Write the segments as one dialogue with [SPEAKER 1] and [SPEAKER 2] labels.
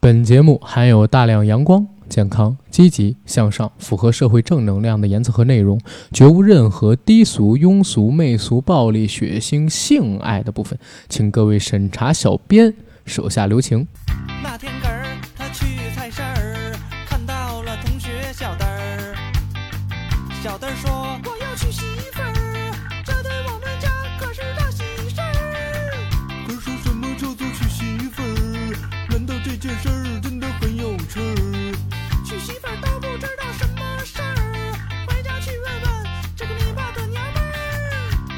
[SPEAKER 1] 本节目含有大量阳光、健康、积极向上、符合社会正能量的言辞和内容，绝无任何低俗、庸俗、媚俗、暴力、血腥、性爱的部分，请各位审查小编手下留情。
[SPEAKER 2] 那天根儿他去菜市儿，看到了同学小灯儿。小灯儿说：“我要娶媳妇儿，这对我们家可是大喜事儿。”可是什么叫做娶媳妇儿？难道这件事儿真的很有趣儿？娶媳妇儿都不知道什么事儿，回家去问问这个你爸的娘们儿。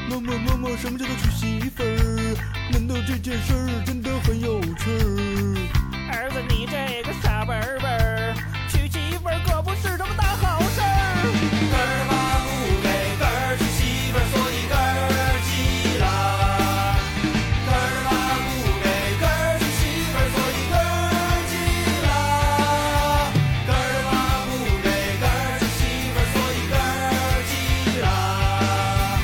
[SPEAKER 2] 妈妈妈妈，什么叫做娶媳妇儿？难道这件事儿真的很有趣儿？儿子，你这个傻笨笨儿，娶媳妇儿可不是什么大好事儿。根儿妈不给根儿娶媳妇儿，所以根儿急了。根儿妈不给根儿娶媳妇儿，所以根儿急了。根儿妈不给根儿娶媳妇儿，所以根儿急了。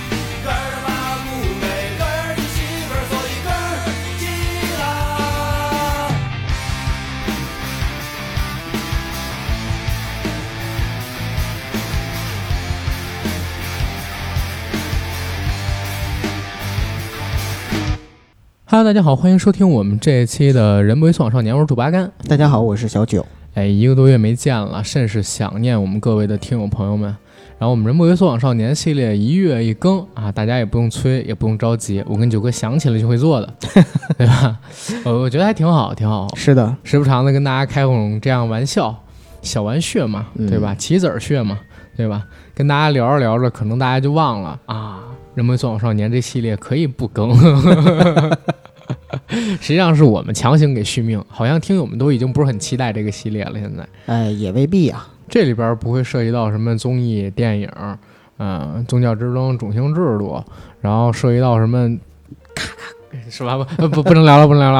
[SPEAKER 2] 根儿妈不给根儿娶媳妇儿，所以根儿急了。
[SPEAKER 1] Hello，大家好，欢迎收听我们这一期的《人不为所往少年》，我是主八竿。
[SPEAKER 3] 大家好，我是小九。
[SPEAKER 1] 哎，一个多月没见了，甚是想念我们各位的听友朋友们。然后我们《人不为所往少年》系列一月一更啊，大家也不用催，也不用着急，我跟九哥想起来就会做的，对吧？我我觉得还挺好，挺好，
[SPEAKER 3] 是的，
[SPEAKER 1] 时不常的跟大家开会这样玩笑，小玩穴嘛，
[SPEAKER 3] 嗯
[SPEAKER 1] 对吧？棋子儿穴嘛，对吧？跟大家聊着聊着，可能大家就忘了啊，《人不为所往少年》这系列可以不更， 实际上是我们强行给续命，好像听友们都已经不是很期待这个系列了。现在
[SPEAKER 3] 哎，也未必啊。
[SPEAKER 1] 这里边不会涉及到什么综艺、电影，嗯、宗教之争、种姓制度，然后涉及到什么，咔 咔，是吧？不不不能聊了，不能聊了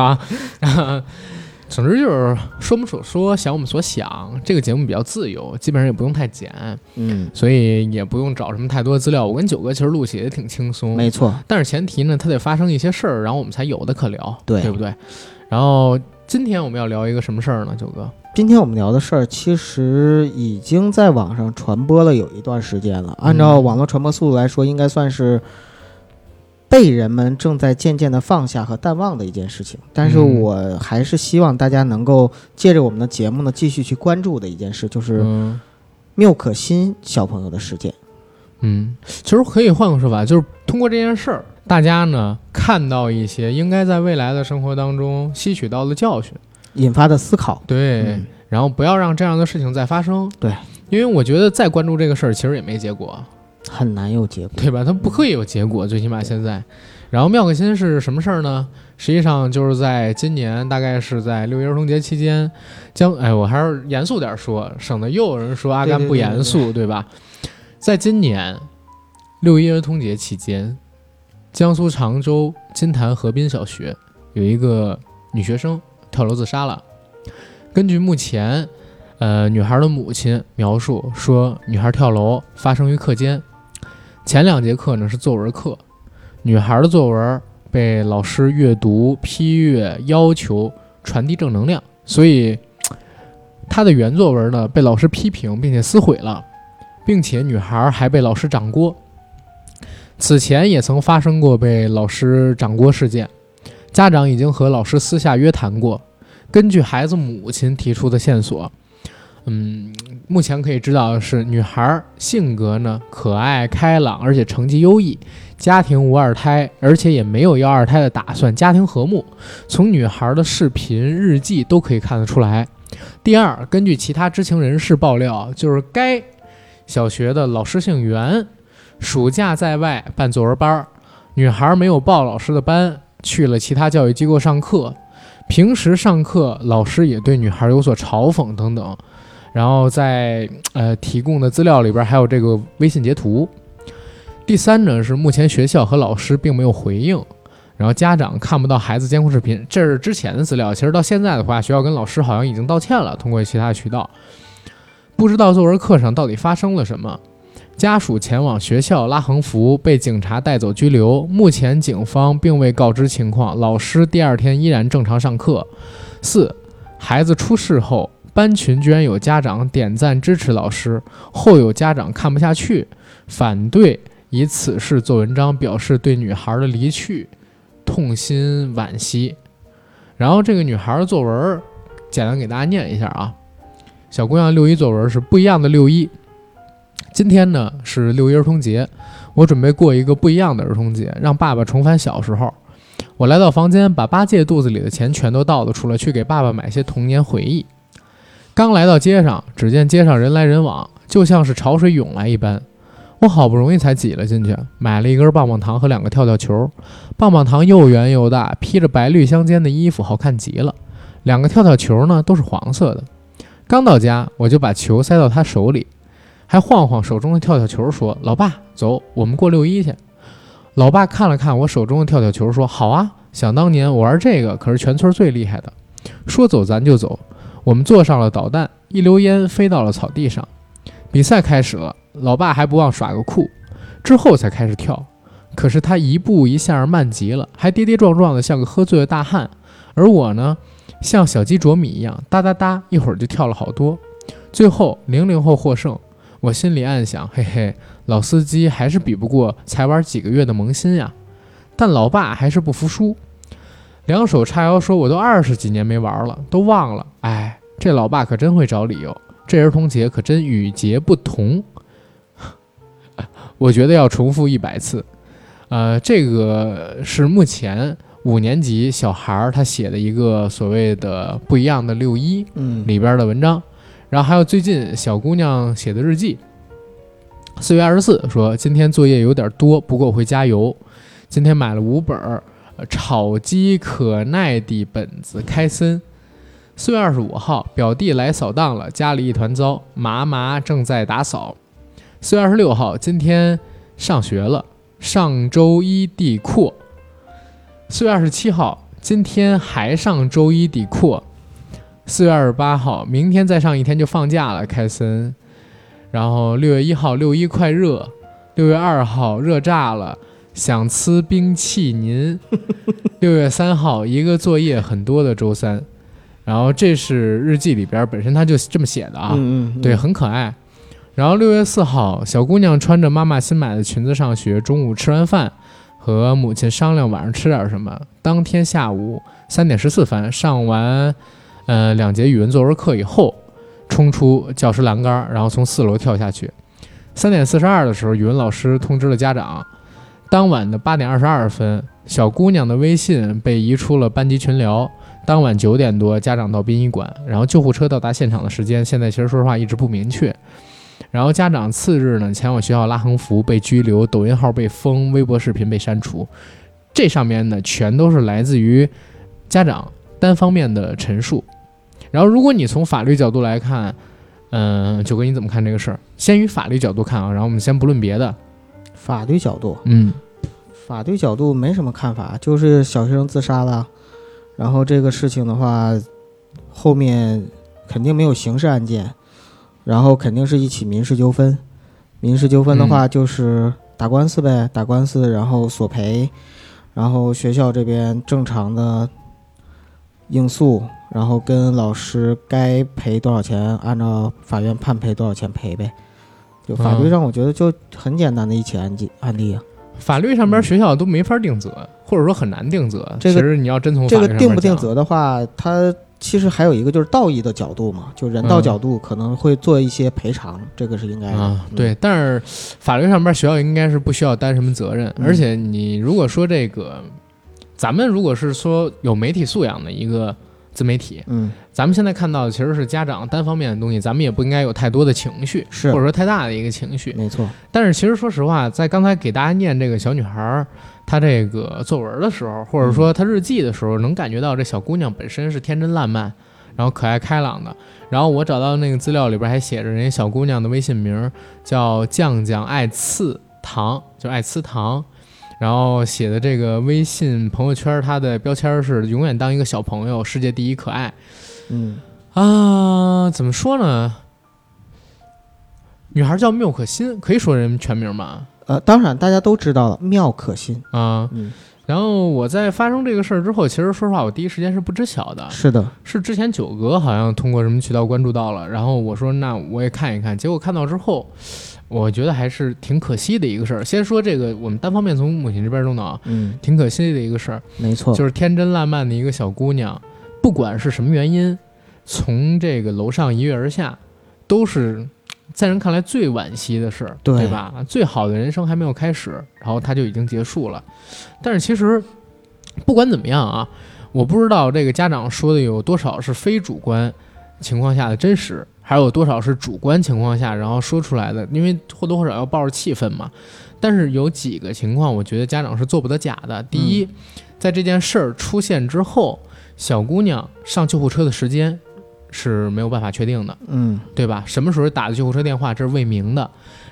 [SPEAKER 1] 啊！ 总之就是说我们所说，想我们所想。这个节目比较自由，基本上也不用太剪，
[SPEAKER 3] 嗯，
[SPEAKER 1] 所以也不用找什么太多资料。我跟九哥其实录起也挺轻松，
[SPEAKER 3] 没错，
[SPEAKER 1] 但是前提呢，它得发生一些事儿，然后我们才有的可聊，
[SPEAKER 3] 对
[SPEAKER 1] 对不对？然后今天我们要聊一个什么事儿呢，九哥？
[SPEAKER 3] 今天我们聊的事儿其实已经在网上传播了有一段时间了。按照网络传播速度来说，应该算是被人们正在渐渐的放下和淡忘的一件事情。但是
[SPEAKER 1] 嗯
[SPEAKER 3] 我还是希望大家能够借着我们的节目呢，继续去关注的一件事，就是
[SPEAKER 1] 嗯。
[SPEAKER 3] 缪可欣小朋友的事件。
[SPEAKER 1] 嗯，其实可以换个说法，就是通过这件事儿，大家呢看到一些应该在未来的生活当中吸取到的教训，
[SPEAKER 3] 引发的思考，
[SPEAKER 1] 对，
[SPEAKER 3] 嗯
[SPEAKER 1] 然后不要让这样的事情再发生，
[SPEAKER 3] 对，
[SPEAKER 1] 因为我觉得再关注这个事儿，其实也没结果，
[SPEAKER 3] 很难有结果。
[SPEAKER 1] 对吧？它不会有结果，最起码现在。然后妙可欣是什么事儿呢？实际上就是在今年，大概是在六一儿童节期间，将哎，我还是严肃点儿说，省得又有人说阿甘不严肃，对吧？在今年六一儿童节期间，江苏常州金坛河滨小学有一个女学生跳楼自杀了。根据目前，呃，女孩的母亲描述说，女孩跳楼发生于课间，前两节课呢是作文课，女孩的作文被老师阅读、批阅，要求传递正能量，所以她的原作文呢被老师批评并且撕毁了，并且女孩还被老师掌掴。此前也曾发生过被老师掌掴事件，家长已经和老师私下约谈过。根据孩子母亲提出的线索，嗯，目前可以知道的是，女孩性格呢可爱开朗，而且成绩优异，家庭无二胎，而且也没有要二胎的打算，家庭和睦。从女孩的视频、日记都可以看得出来。第二，根据其他知情人士爆料，就是该小学的老师姓袁，暑假在外办作文班儿，女孩没有报老师的班，去了其他教育机构上课。平时上课，老师也对女孩有所嘲讽等等。然后在呃提供的资料里边还有这个微信截图。第三呢是目前学校和老师并没有回应，然后家长看不到孩子监控视频，这是之前的资料。其实到现在的话，学校跟老师好像已经道歉了，通过其他渠道。不知道作文课上到底发生了什么。家属前往学校拉横幅，被警察带走拘留。目前警方并未告知情况，老师第二天依然正常上课。四，孩子出事后，班群居然有家长点赞支持老师，后有家长看不下去，反对以此事做文章，表示对女孩的离去痛心惋惜。然后这个女孩作文儿，简单给大家念一下啊。小姑娘六一作文是不一样的六一。今天呢是六一儿童节，我准备过一个不一样的儿童节，让爸爸重返小时候。我来到房间，把八戒肚子里的钱全都倒了出来，去给爸爸买些童年回忆。刚来到街上，只见街上人来人往，就像是潮水涌来一般。我好不容易才挤了进去，买了一根棒棒糖和两个跳跳球。棒棒糖又圆又大，披着白绿相间的衣服，好看极了。两个跳跳球呢，都是黄色的。刚到家，我就把球塞到他手里，还晃晃手中的跳跳球，说：“老爸，走，我们过六一去。”老爸看了看我手中的跳跳球，说：“好啊，想当年我玩这个可是全村最厉害的。”说走咱就走，我们坐上了导弹，一溜烟飞到了草地上。比赛开始了，老爸还不忘耍个酷，之后才开始跳。可是他一步一下慢极了，还跌跌撞撞的，像个喝醉的大汉。而我呢，像小鸡啄米一样，哒哒哒，一会儿就跳了好多。最后零零后获胜，我心里暗想：嘿嘿，老司机还是比不过才玩几个月的萌新呀。但老爸还是不服输，两手叉腰说：“我都二十几年没玩了，都忘了。”哎，这老爸可真会找理由，这儿童节可真与节不同。 我觉得要重复一百次。呃，这个是目前五年级小孩儿他写的一个所谓的不一样的六一
[SPEAKER 3] 嗯，
[SPEAKER 1] 里边的文章，然后还有最近小姑娘写的日记。四月二十四说，今天作业有点多，不过我会加油。今天买了五本儿呃炒鸡可耐的本子开森。四月二十五号，表弟来扫荡了，家里一团糟，麻麻正在打扫。四月二十六号，今天上学了，上周一地阔。四月二十七号，今天还上周一地阔。四月二十八号，明天再上一天就放假了，开森。然后六月一号，六一快热。六月二号，热炸了，想吃冰淇淋。六月三号，一个作业很多的周三。然后这是日记里边本身他就这么写的啊。
[SPEAKER 3] 嗯嗯，
[SPEAKER 1] 对，，很可爱。然后六月四号，小姑娘穿着妈妈新买的裙子上学，中午吃完饭和母亲商量晚上吃点什么。当天下午三点十四分上完呃两节语文作文课以后，冲出教室栏杆儿，然后从四楼跳下去。三点四十二的时候，语文老师通知了家长。当晚的八点二十二分，小姑娘的微信被移出了班级群聊。当晚九点多，家长到殡仪馆，然后救护车到达现场的时间，现在其实说实话一直不明确。然后家长次日呢前往学校拉横幅，被拘留，抖音号被封，微博视频被删除。这上面呢全都是来自于家长单方面的陈述。然后如果你从法律角度来看，嗯、九哥你怎么看这个事儿？先于法律角度看啊，然后我们先不论别的，
[SPEAKER 3] 法律角度，
[SPEAKER 1] 嗯
[SPEAKER 3] 法律角度没什么看法，就是小学生自杀了，然后这个事情的话，后面肯定没有刑事案件，然后肯定是一起民事纠纷，民事纠纷的话就是打官司呗，打官司然后索赔，然后学校这边正常的应诉，然后跟老师该赔多少钱，按照法院判赔多少钱赔呗。就法律
[SPEAKER 1] 嗯
[SPEAKER 3] 上，我觉得就很简单的一起案件案例啊。
[SPEAKER 1] 法律上边学校都没法定责，或者说很难定责。
[SPEAKER 3] 这个
[SPEAKER 1] 其实你要真从
[SPEAKER 3] 这
[SPEAKER 1] 法律
[SPEAKER 3] 个
[SPEAKER 1] 上边
[SPEAKER 3] 定不定
[SPEAKER 1] 讲
[SPEAKER 3] 责的话，它其实还有一个就是道义的角度嘛，就人道
[SPEAKER 1] 嗯
[SPEAKER 3] 角度可能会做一些赔偿，这个是应该的。
[SPEAKER 1] 啊，
[SPEAKER 3] 嗯
[SPEAKER 1] 对，，但是法律上边学校应该是不需要担什么责任，
[SPEAKER 3] 嗯
[SPEAKER 1] 而且你如果说这个，咱们如果是说有媒体素养的一个自媒体，
[SPEAKER 3] 嗯，
[SPEAKER 1] 咱们现在看到的其实是家长单方面的东西，咱们也不应该有太多的情绪，
[SPEAKER 3] 是
[SPEAKER 1] 或者说太大的一个情绪。
[SPEAKER 3] 没错，
[SPEAKER 1] 但是其实说实话，在刚才给大家念这个小女孩儿她这个作文的时候，或者说她日记的时候，能感觉到这小姑娘本身是天真烂漫，然后可爱开朗的。然后我找到那个资料里边还写着人家小姑娘的微信名儿叫酱酱爱刺糖，就爱吃糖。然后写的这个微信朋友圈，她的标签是“永远当一个小朋友，世界第一可爱”。
[SPEAKER 3] 嗯
[SPEAKER 1] 啊，怎么说呢？女孩叫缪可欣，可以说人全名吧？
[SPEAKER 3] 呃，当然大家都知道了，妙可欣，
[SPEAKER 1] 啊，
[SPEAKER 3] 嗯
[SPEAKER 1] 然后我在发生这个事儿之后，其实说实话，我第一时间是不知晓的，
[SPEAKER 3] 是的，
[SPEAKER 1] 是之前九哥好像通过什么渠道关注到了，然后我说那我也看一看，结果看到之后，我觉得还是挺可惜的一个事儿。先说这个，我们单方面从母亲这边弄的啊，
[SPEAKER 3] 嗯，
[SPEAKER 1] 挺可惜的一个事儿，
[SPEAKER 3] 没错，
[SPEAKER 1] 就是天真烂漫的一个小姑娘，不管是什么原因，从这个楼上一跃而下，都是在人看来最惋惜的事儿，
[SPEAKER 3] 对
[SPEAKER 1] 对吧？最好的人生还没有开始，然后她就已经结束了。但是其实不管怎么样啊，我不知道这个家长说的有多少是非主观情况下的真实。还有多少是主观情况下，然后说出来的？因为或多或少要抱着气氛嘛。但是有几个情况，我觉得家长是做不得假的。第一，在这件事儿出现之后，小姑娘上救护车的时间是没有办法确定的，
[SPEAKER 3] 嗯，
[SPEAKER 1] 对吧？什么时候打的救护车电话这是未明的，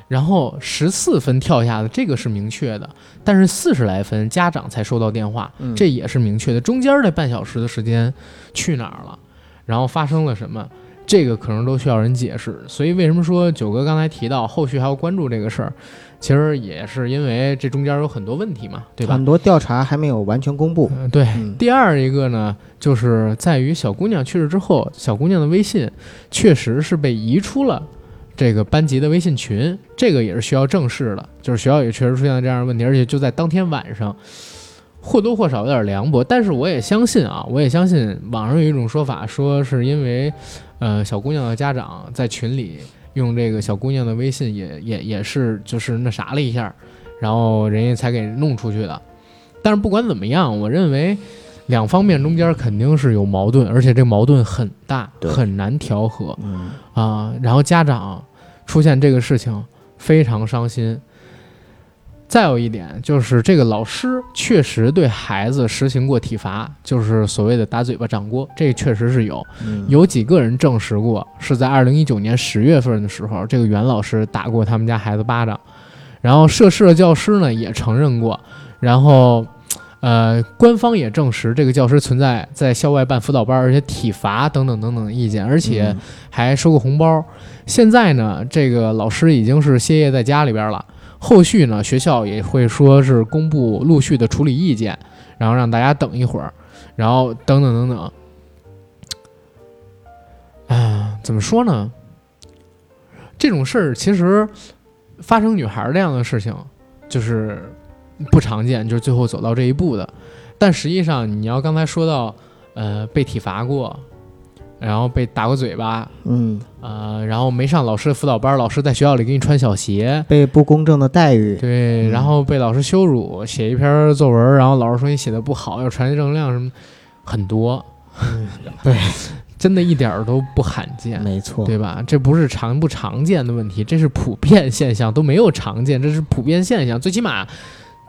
[SPEAKER 1] 然后十四分跳下的这个是明确的，但是四十来分家长才收到电话，
[SPEAKER 3] 嗯
[SPEAKER 1] 这也是明确的。中间这半小时的时间去哪儿了，然后发生了什么，这个可能都需要人解释。所以为什么说九哥刚才提到后续还要关注这个事儿，其实也是因为这中间有很多问题嘛，对吧？
[SPEAKER 3] 很多调查还没有完全公布，
[SPEAKER 1] 嗯，对。
[SPEAKER 3] 嗯
[SPEAKER 1] 第二一个呢，就是在于小姑娘去世之后，小姑娘的微信确实是被移出了这个班级的微信群，这个也是需要正视的。就是学校也确实出现了这样的问题，而且就在当天晚上，或多或少有点凉薄。但是我也相信啊，我也相信网上有一种说法，说是因为呃小姑娘的家长在群里用这个小姑娘的微信也也也是就是那啥了一下，然后人家才给弄出去的。但是不管怎么样，我认为两方面中间肯定是有矛盾，而且这矛盾很大，
[SPEAKER 3] 对
[SPEAKER 1] 很难调和
[SPEAKER 3] 嗯，
[SPEAKER 1] 啊、然后家长出现这个事情非常伤心。再有一点就是，这个老师确实对孩子实行过体罚，就是所谓的打嘴巴、掌掴，这确实是有。
[SPEAKER 3] 嗯
[SPEAKER 1] 有几个人证实过是在二零一九年十月份的时候，这个袁老师打过他们家孩子巴掌，然后涉事的教师呢也承认过，然后，呃，官方也证实这个教师存在在校外办辅导班，而且体罚等等等等的意见，而且
[SPEAKER 3] 嗯
[SPEAKER 1] 还收过红包。现在呢，这个老师已经是歇业在家里边了。后续呢，学校也会说是公布陆续的处理意见，然后让大家等一会儿，然后等等等等。啊，怎么说呢？这种事儿其实发生女孩儿这样的事情，就是不常见，就是最后走到这一步的。但实际上，你要刚才说到，呃，被体罚过，然后被打过嘴巴，
[SPEAKER 3] 嗯，
[SPEAKER 1] 呃，然后没上老师的辅导班，老师在学校里给你穿小鞋，
[SPEAKER 3] 被不公正的待遇，
[SPEAKER 1] 对，
[SPEAKER 3] 嗯
[SPEAKER 1] 然后被老师羞辱，写一篇作文，然后老师说你写的不好，要传递正能量什么，很多，
[SPEAKER 3] 对，
[SPEAKER 1] 真的一点儿都不罕见。
[SPEAKER 3] 嗯没错，
[SPEAKER 1] 对吧？这不是常不常见的问题，这是普遍现象，都没有常见，这是普遍现象。最起码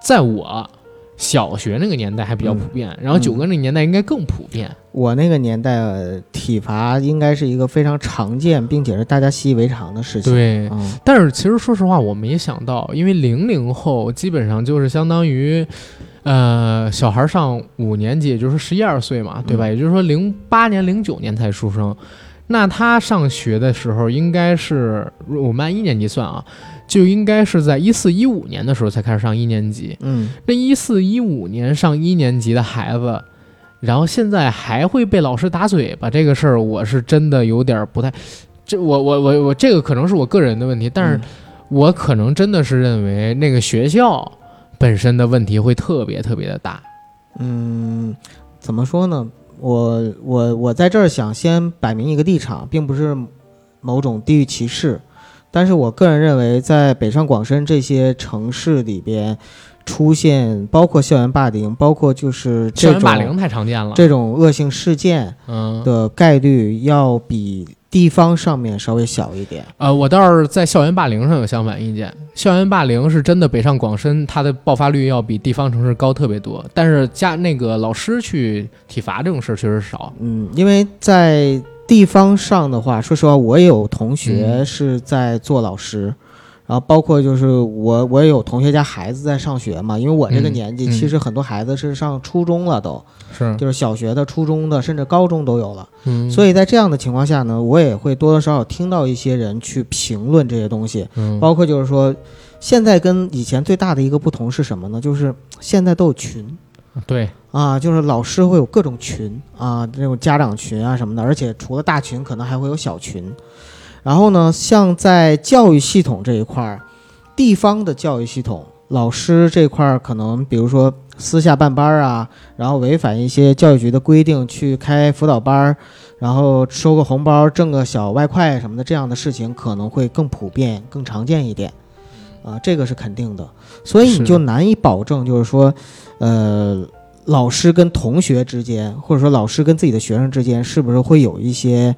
[SPEAKER 1] 在我小学那个年代还比较普遍，然后九哥那个年代应该更普遍。
[SPEAKER 3] 我那个年代呃体罚应该是一个非常常见，并且是大家习以为常的事情，
[SPEAKER 1] 对，
[SPEAKER 3] 嗯，
[SPEAKER 1] 但是其实说实话，我没想到，因为零零后基本上就是相当于。呃，小孩上五年级，也就是十一二岁嘛，对吧？也就是说，零八年、零九年才出生，那他上学的时候应该是，如果我们按一年级算啊，就应该是在一四一五年的时候才开始上一年级。
[SPEAKER 3] 嗯，
[SPEAKER 1] 那一四一五年上一年级的孩子，然后现在还会被老师打嘴巴，这个事儿我是真的有点不太，这我我我我这个可能是我个人的问题，但是
[SPEAKER 3] 嗯
[SPEAKER 1] 我可能真的是认为那个学校本身的问题会特别特别的大。
[SPEAKER 3] 嗯，怎么说呢？我我我在这儿想先摆明一个立场，并不是某种地域歧视，但是我个人认为，在北上广深这些城市里边，出现包括校园霸凌，包括就是
[SPEAKER 1] 校
[SPEAKER 3] 这
[SPEAKER 1] 园
[SPEAKER 3] 种
[SPEAKER 1] 霸凌太常见了，
[SPEAKER 3] 这种恶性事件
[SPEAKER 1] 嗯，
[SPEAKER 3] 的概率，要比地方上面稍微小一点。
[SPEAKER 1] 呃，我倒是在校园霸凌上有相反意见。校园霸凌是真的，北上广深它的爆发率要比地方城市高特别多，但是家那个老师去体罚这种事儿确实少。
[SPEAKER 3] 嗯，因为在地方上的话，说实话，我也有同学
[SPEAKER 1] 嗯
[SPEAKER 3] 是在做老师，然后包括就是我，我也有同学家孩子在上学嘛。因为我这个
[SPEAKER 1] 嗯
[SPEAKER 3] 年纪，
[SPEAKER 1] 嗯
[SPEAKER 3] 其实很多孩子是上初中了都，
[SPEAKER 1] 是，
[SPEAKER 3] 就是小学的、初中的，甚至高中都有了。
[SPEAKER 1] 嗯，
[SPEAKER 3] 所
[SPEAKER 1] 以，
[SPEAKER 3] 以在这样的情况下呢，我也会多多少少听到一些人去评论这些东西，
[SPEAKER 1] 嗯，
[SPEAKER 3] 包括就是说，现在跟以前最大的一个不同是什么呢？就是现在都有群。
[SPEAKER 1] 对，
[SPEAKER 3] 啊，就是老师会有各种群啊，这种家长群啊什么的，而且除了大群，可能还会有小群。然后呢，像在教育系统这一块儿，地方的教育系统，老师这块儿可能比如说私下办班儿啊，然后违反一些教育局的规定去开辅导班儿，然后收个红包、挣个小外快什么的，这样的事情可能会更普遍、更常见一点。啊，这个是肯定的，所以
[SPEAKER 1] 是
[SPEAKER 3] 你就难以保证，就是说，呃，老师跟同学之间，或者说老师跟自己的学生之间，是不是会有一些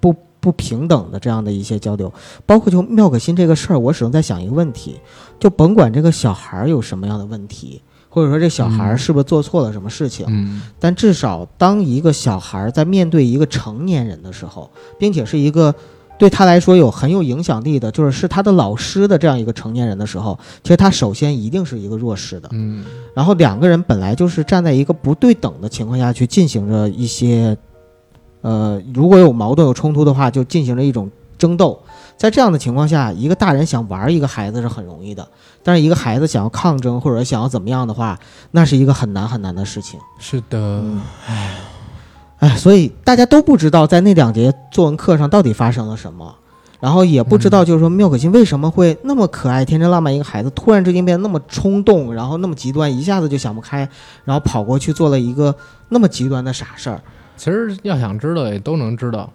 [SPEAKER 3] 不不平等的这样的一些交流？包括就妙可欣这个事儿，我始终在想一个问题，就甭管这个小孩儿有什么样的问题，或者说这小孩儿
[SPEAKER 1] 嗯
[SPEAKER 3] 是不是做错了什么事情，
[SPEAKER 1] 嗯，
[SPEAKER 3] 但至少当一个小孩儿在面对一个成年人的时候，并且是一个对他来说有很有影响力的，就是是他的老师的这样一个成年人的时候，其实他首先一定是一个弱势的。
[SPEAKER 1] 嗯，
[SPEAKER 3] 然后两个人本来就是站在一个不对等的情况下去进行着一些，呃，如果有矛盾有冲突的话，就进行着一种争斗。在这样的情况下，一个大人想玩一个孩子是很容易的，但是一个孩子想要抗争或者想要怎么样的话，那是一个很难很难的事情。
[SPEAKER 1] 是的，
[SPEAKER 3] 嗯，哎，所以大家都不知道在那两节作文课上到底发生了什么，然后也不知
[SPEAKER 1] 嗯
[SPEAKER 3] 道就是说缪可欣为什么会那么可爱、天真浪漫一个孩子，突然之间变得那么冲动，然后那么极端，一下子就想不开，然后跑过去做了一个那么极端的傻事儿。嗯
[SPEAKER 1] 其实要想知道也都能知道。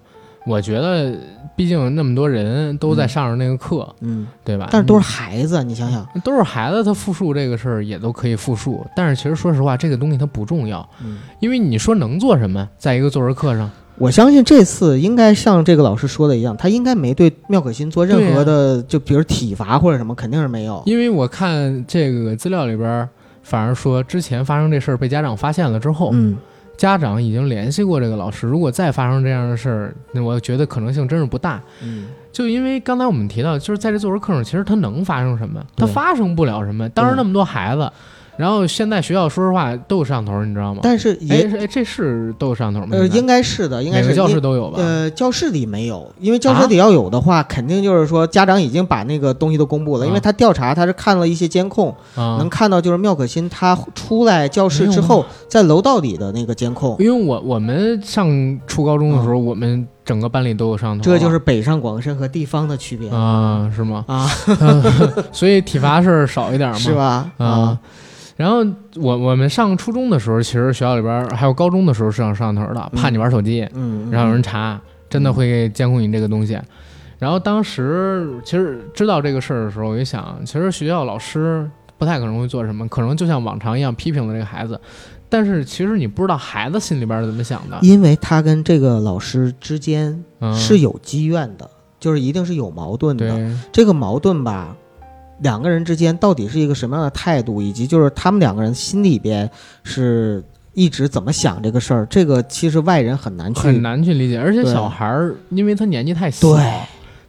[SPEAKER 1] 我觉得，毕竟那么多人都在
[SPEAKER 3] 嗯
[SPEAKER 1] 上着那个课，
[SPEAKER 3] 嗯，
[SPEAKER 1] 对吧？
[SPEAKER 3] 但是都是孩子，啊你想想，
[SPEAKER 1] 都是孩子，他复述这个事儿也都可以复述。但是其实说实话，这个东西它不重要，
[SPEAKER 3] 嗯，哦
[SPEAKER 1] 因为你说能做什么，在一个作文课上，
[SPEAKER 3] 我相信这次应该像这个老师说的一样，他应该没对缪可欣做任何
[SPEAKER 1] 啊
[SPEAKER 3] 的，就比如体罚或者什么，肯定是没有。
[SPEAKER 1] 因为我看这个资料里边儿，反而说之前发生这事儿被家长发现了之后，
[SPEAKER 3] 嗯，
[SPEAKER 1] 家长已经联系过这个老师，如果再发生这样的事儿，那我觉得可能性真是不大。
[SPEAKER 3] 嗯，
[SPEAKER 1] 就因为刚才我们提到，就是在这作文课上，其实它能发生什么？它
[SPEAKER 3] 对
[SPEAKER 1] 发生不了什么。当时那么多孩子，然后现在学校说实话都有摄像头，你知道吗？
[SPEAKER 3] 但是
[SPEAKER 1] 哎
[SPEAKER 3] 也
[SPEAKER 1] 是哎，这是都有摄像头吗？
[SPEAKER 3] 呃，
[SPEAKER 1] 现在
[SPEAKER 3] 应该是的，应该
[SPEAKER 1] 每
[SPEAKER 3] 是
[SPEAKER 1] 个教
[SPEAKER 3] 因
[SPEAKER 1] 室都有吧？
[SPEAKER 3] 呃，教室里没有，因为教室里要有的话，肯定就是说家长已经把那个东西都公布了，因
[SPEAKER 1] 啊
[SPEAKER 3] 为他调查他是看了一些监控，
[SPEAKER 1] 啊，
[SPEAKER 3] 能看到就是妙可欣她出来教室
[SPEAKER 1] 没有哦
[SPEAKER 3] 之
[SPEAKER 1] 吗
[SPEAKER 3] 后，在楼道里的那个监控，
[SPEAKER 1] 因为我我们上初高中的时候，我们整个班里都有摄像头啊，
[SPEAKER 3] 嗯这就是北上广深和地方的区别
[SPEAKER 1] 啊，是吗？
[SPEAKER 3] 啊，
[SPEAKER 1] 所以体罚事儿少一点嘛，
[SPEAKER 3] 是吧？
[SPEAKER 1] 啊，。然后我我们上初中的时候，其实学校里边儿还有高中的时候是有摄像头的，怕你玩手机，
[SPEAKER 3] 嗯，
[SPEAKER 1] 然后有人查，真的会监控你这个东西。然后当时其实知道这个事儿的时候，我就想，其实学校老师不太可能会做什么，可能就像往常一样批评了这个孩子。但是其实你不知道孩子心里边儿怎么想的，
[SPEAKER 3] 因为他跟这个老师之间
[SPEAKER 1] 嗯，
[SPEAKER 3] 是有积怨的，就是一定是有矛盾的，
[SPEAKER 1] 对，
[SPEAKER 3] 这个矛盾吧，两个人之间到底是一个什么样的态度，以及就是他们两个人心里边是一直怎么想这个事儿，这个其实外人很难去
[SPEAKER 1] 很难去理解。而且
[SPEAKER 3] 对
[SPEAKER 1] 小孩儿，因为他年纪太小，
[SPEAKER 3] 对，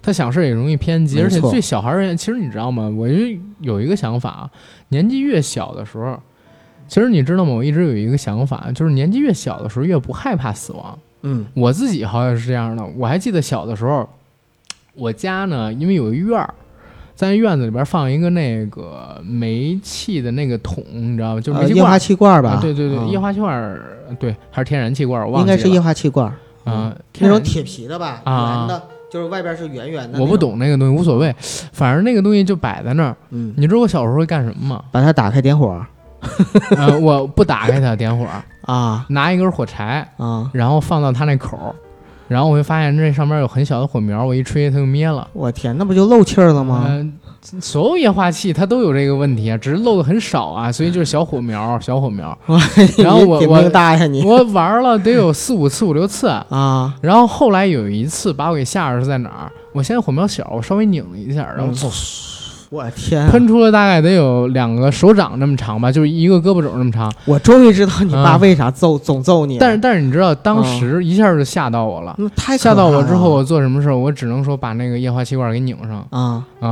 [SPEAKER 1] 他想事儿也容易偏激，
[SPEAKER 3] 没
[SPEAKER 1] 而且
[SPEAKER 3] 错
[SPEAKER 1] 对小孩而言，其实你知道吗？我就有一个想法啊，年纪越小的时候，其实你知道吗？我一直有一个想法，就是年纪越小的时候越不害怕死亡。
[SPEAKER 3] 嗯
[SPEAKER 1] 我自己好像是这样的，我还记得小的时候，我家呢因为有一院儿，在院子里边放一个那个煤气的那个桶，你知道吗？就是煤
[SPEAKER 3] 呃，
[SPEAKER 1] 气
[SPEAKER 3] 液
[SPEAKER 1] 罐儿。
[SPEAKER 3] 化气罐吧、
[SPEAKER 1] 啊对对对，
[SPEAKER 3] 嗯
[SPEAKER 1] 液化气罐儿，对，还是天然气罐儿，我忘
[SPEAKER 3] 应
[SPEAKER 1] 记
[SPEAKER 3] 该是
[SPEAKER 1] 了
[SPEAKER 3] 液化气罐儿，嗯
[SPEAKER 1] 啊、
[SPEAKER 3] 那
[SPEAKER 1] 天然
[SPEAKER 3] 种铁皮的吧，
[SPEAKER 1] 啊
[SPEAKER 3] 圆的，就是外边是圆圆的。
[SPEAKER 1] 我不，懂那个东西，无所谓，反正那个东西就摆在那儿。
[SPEAKER 3] 嗯，
[SPEAKER 1] 你知道我小时候会干什么 吗？
[SPEAKER 3] 把它打开点火
[SPEAKER 1] 呃，我不打开它点火，
[SPEAKER 3] 啊
[SPEAKER 1] 拿一根火柴，
[SPEAKER 3] 啊！
[SPEAKER 1] 然后放到它那口儿，然后我会发现这上面有很小的火苗，我一吹它就灭了。
[SPEAKER 3] 我天，那不就漏气儿了吗？
[SPEAKER 1] 嗯、所有液化气它都有这个问题啊，只是漏的很少啊，所以就是小火苗，小火 苗。然后我
[SPEAKER 3] 你
[SPEAKER 1] 我
[SPEAKER 3] 命大呀你
[SPEAKER 1] 我玩了得有四五次、五六次。
[SPEAKER 3] 啊！
[SPEAKER 1] 然后后来有一次把我给吓着是在哪儿？我现在火苗小，我稍微拧了一下，然后
[SPEAKER 3] 嗯我天、啊
[SPEAKER 1] 喷出了大概得有两个手掌那么长吧，就是一个胳膊肘那么长。
[SPEAKER 3] 我终于知道你爸
[SPEAKER 1] 嗯
[SPEAKER 3] 为啥揍、总揍你了。
[SPEAKER 1] 但是但是你知道，当时一下就吓到我了。
[SPEAKER 3] 那太可
[SPEAKER 1] 吓到我
[SPEAKER 3] 怕
[SPEAKER 1] 之
[SPEAKER 3] 了
[SPEAKER 1] 后，我做什么事儿？我只能说把那个液化气罐给拧上
[SPEAKER 3] 啊，
[SPEAKER 1] 啊、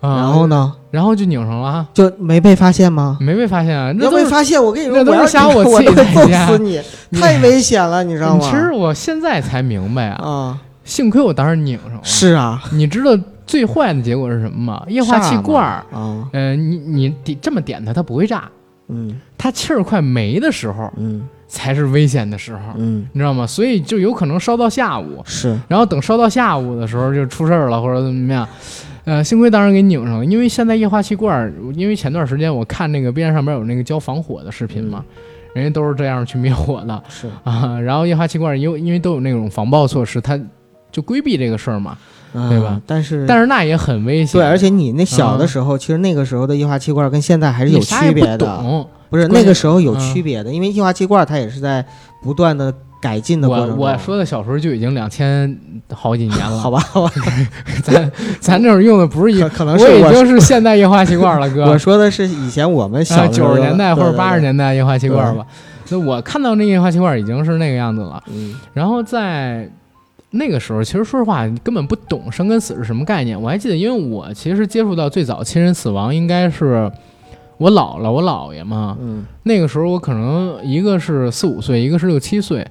[SPEAKER 1] 啊！
[SPEAKER 3] 然后？呢，
[SPEAKER 1] 然后就拧上了啊，
[SPEAKER 3] 就没被发现吗？
[SPEAKER 1] 没被发现啊。那
[SPEAKER 3] 要
[SPEAKER 1] 都
[SPEAKER 3] 被
[SPEAKER 1] 是
[SPEAKER 3] 发现，我跟你说，
[SPEAKER 1] 那都
[SPEAKER 3] 我
[SPEAKER 1] 是
[SPEAKER 3] 要
[SPEAKER 1] 吓
[SPEAKER 3] 我
[SPEAKER 1] 我
[SPEAKER 3] 我
[SPEAKER 1] 自己
[SPEAKER 3] 都
[SPEAKER 1] 在
[SPEAKER 3] 揍
[SPEAKER 1] 家
[SPEAKER 3] 死你，
[SPEAKER 1] 你
[SPEAKER 3] 太危险了，你知道
[SPEAKER 1] 你
[SPEAKER 3] 吗？
[SPEAKER 1] 其实我现在才明白啊，
[SPEAKER 3] 啊，
[SPEAKER 1] 幸亏我当时拧上了。
[SPEAKER 3] 是啊，
[SPEAKER 1] 你知道最坏的结果是什么吗？液化气罐儿，
[SPEAKER 3] 啊，
[SPEAKER 1] 呃，你你点这么点它，它不会炸。
[SPEAKER 3] 嗯
[SPEAKER 1] 他气儿快没的时候
[SPEAKER 3] 嗯
[SPEAKER 1] 才是危险的时候，
[SPEAKER 3] 嗯，
[SPEAKER 1] 你知道吗？所以就有可能烧到下午，
[SPEAKER 3] 是，
[SPEAKER 1] 然后等烧到下午的时候就出事儿了，或者怎么样。呃，幸亏当时给拧上了，因为现在液化气罐儿，因为前段时间我看那个 B 站上面有那个教防火的视频嘛，
[SPEAKER 3] 嗯
[SPEAKER 1] 人家都是这样去灭火的
[SPEAKER 3] 是，
[SPEAKER 1] 啊。然后液化气罐儿因为因为都有那种防爆措施，它就规避这个事儿嘛。
[SPEAKER 3] 对
[SPEAKER 1] 对吧？
[SPEAKER 3] 啊但是
[SPEAKER 1] 但是那也很危险，
[SPEAKER 3] 嗯对，而且你那小的
[SPEAKER 1] 嗯
[SPEAKER 3] 时候，其实那个时候的液化气罐跟现在还是有
[SPEAKER 1] 你啥也不
[SPEAKER 3] 区别的，
[SPEAKER 1] 懂。
[SPEAKER 3] 不是
[SPEAKER 1] 关键
[SPEAKER 3] 那个时候有
[SPEAKER 1] 嗯
[SPEAKER 3] 区别的，因为液化气罐它也是在不断的改进的过
[SPEAKER 1] 我
[SPEAKER 3] 程
[SPEAKER 1] 我
[SPEAKER 3] 中
[SPEAKER 1] 说的小时候就已经两千好几年了，
[SPEAKER 3] 好吧，好吧，
[SPEAKER 1] 咱咱这种用的不是一
[SPEAKER 3] 可，可能
[SPEAKER 1] 我
[SPEAKER 3] 是
[SPEAKER 1] 已
[SPEAKER 3] 我
[SPEAKER 1] 经是现代液化气罐了，哥。
[SPEAKER 3] 我说的是以前我们
[SPEAKER 1] 啊，
[SPEAKER 3] 小
[SPEAKER 1] 九十年代或者八十
[SPEAKER 3] 代，
[SPEAKER 1] 年代液化气罐吧。那我看到那液化气罐已经是那个样子了。
[SPEAKER 3] 对对对嗯
[SPEAKER 1] 然后在那个时候，其实说实话，你根本不懂生跟死是什么概念。我还记得，因为我其实接触到最早亲人死亡应该是我姥姥、我姥爷嘛。
[SPEAKER 3] 嗯
[SPEAKER 1] 那个时候我可能一个是四五岁，一个是六七岁。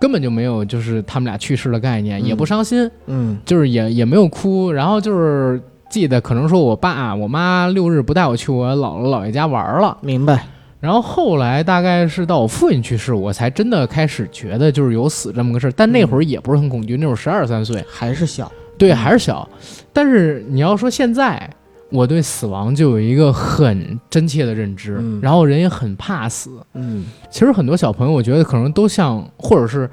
[SPEAKER 1] 根本就没有，就是他们俩去世的概念，
[SPEAKER 3] 嗯
[SPEAKER 1] 也不伤心，
[SPEAKER 3] 嗯
[SPEAKER 1] 就是也也没有哭，然后就是记得可能说我爸我妈六日不带我去我姥姥姥爷家玩了，
[SPEAKER 3] 明白，
[SPEAKER 1] 然后后来大概是到我父亲去世，我才真的开始觉得就是有死这么个事儿，但那会儿也不是很恐惧，那会儿十二三岁，嗯
[SPEAKER 3] 还是小，
[SPEAKER 1] 对，还是小。但是你要说现在，我对死亡就有一个很真切的认知，
[SPEAKER 3] 嗯
[SPEAKER 1] 然后人也很怕死。
[SPEAKER 3] 嗯
[SPEAKER 1] 其实很多小朋友，我觉得可能都像，或者是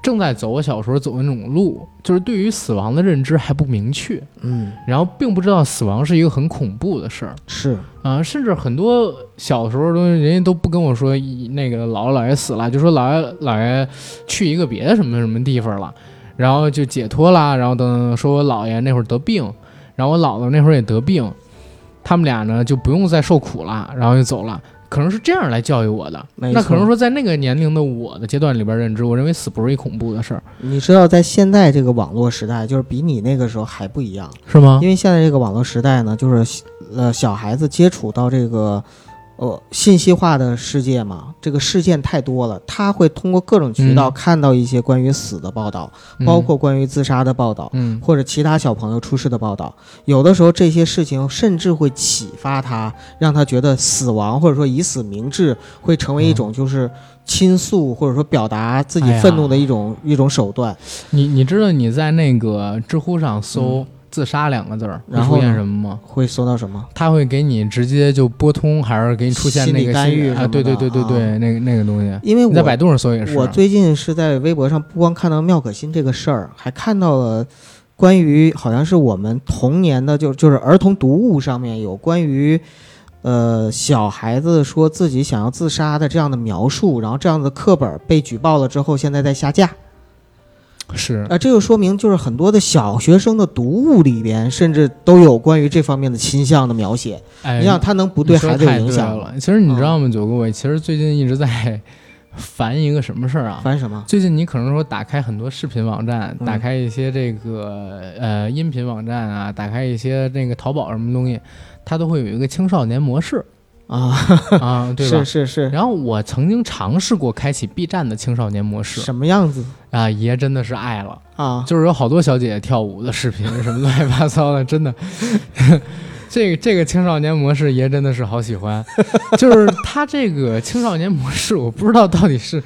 [SPEAKER 1] 正在走我小时候走的那种路，就是对于死亡的认知还不明确，
[SPEAKER 3] 嗯
[SPEAKER 1] 然后并不知道死亡是一个很恐怖的事儿。
[SPEAKER 3] 是，
[SPEAKER 1] 啊，甚至很多小时候都人家都不跟我说一那个姥姥姥爷死了，就说姥爷姥爷去一个别的什么什么地方了，然后就解脱啦，然后等等说我姥爷那会儿得病，然后我姥姥那会儿也得病，他们俩呢就不用再受苦了，然后就走了。可能是这样来教育我的，
[SPEAKER 3] 没
[SPEAKER 1] 那可能
[SPEAKER 3] 错
[SPEAKER 1] 说在那个年龄的我的阶段里边认知，我认为死不是一恐怖的事儿，
[SPEAKER 3] 你知道在现在这个网络时代，就是比你那个时候还不一样。
[SPEAKER 1] 是吗？
[SPEAKER 3] 因为现在这个网络时代呢，就是呃小孩子接触到这个呃信息化的世界嘛，这个事件太多了，他会通过各种渠道
[SPEAKER 1] 嗯
[SPEAKER 3] 看到一些关于死的报道，包括关于自杀的报道。
[SPEAKER 1] 嗯
[SPEAKER 3] 或者其他小朋友出事的报道，有的时候这些事情甚至会启发他，让他觉得死亡或者说以死明志会成为一种就是倾诉或者说表达自己
[SPEAKER 1] 嗯哎呀
[SPEAKER 3] 愤怒的一种、一种手段。
[SPEAKER 1] 嗯，你你知道你在那个知乎上搜“自杀”两个字儿会
[SPEAKER 3] 嗯然后
[SPEAKER 1] 出现
[SPEAKER 3] 呢
[SPEAKER 1] 什么吗？
[SPEAKER 3] 会搜到什么？
[SPEAKER 1] 他会给你直接就拨通，还是给你出现那个
[SPEAKER 3] 心理干预什
[SPEAKER 1] 啊？
[SPEAKER 3] 么的
[SPEAKER 1] 对对对对对，
[SPEAKER 3] 啊
[SPEAKER 1] 那个那个东西，
[SPEAKER 3] 因为我
[SPEAKER 1] 你在百度上搜也是。啊
[SPEAKER 3] 我最近是在微博上不光看到妙可欣这个事儿，还看到了关于好像是我们童年的就就是儿童读物上面有关于呃小孩子说自己想要自杀的这样的描述，然后这样的课本被举报了之后，现在在下架。
[SPEAKER 1] 是
[SPEAKER 3] 呃，这就说明就是很多的小学生的读物里边，甚至都有关于这方面的倾向的描写。
[SPEAKER 1] 哎，
[SPEAKER 3] 你想，他能不对
[SPEAKER 1] 你说
[SPEAKER 3] 孩子有
[SPEAKER 1] 太
[SPEAKER 3] 影
[SPEAKER 1] 对
[SPEAKER 3] 响吗？
[SPEAKER 1] 了。其实你知道吗，九哥，我其实最近一直在 烦一个什么事儿啊？
[SPEAKER 3] 烦什么？
[SPEAKER 1] 最近你可能说打开很多视频网站，
[SPEAKER 3] 嗯
[SPEAKER 1] 打开一些这个呃音频网站啊，打开一些那个淘宝什么东西，它都会有一个青少年模 式
[SPEAKER 3] 啊，
[SPEAKER 1] 啊，对吧
[SPEAKER 3] 是？是是，
[SPEAKER 1] 然后我曾经尝试过开启 B 站的青少年模式
[SPEAKER 3] 什么样子
[SPEAKER 1] 啊，爷真的是爱了。
[SPEAKER 3] 啊？
[SPEAKER 1] 就是有好多小姐姐跳舞的视频，什么乱七八糟的，真的。 这个这个青少年模式爷真的是好喜 欢，就是他这个青少年模式，我不知道到底是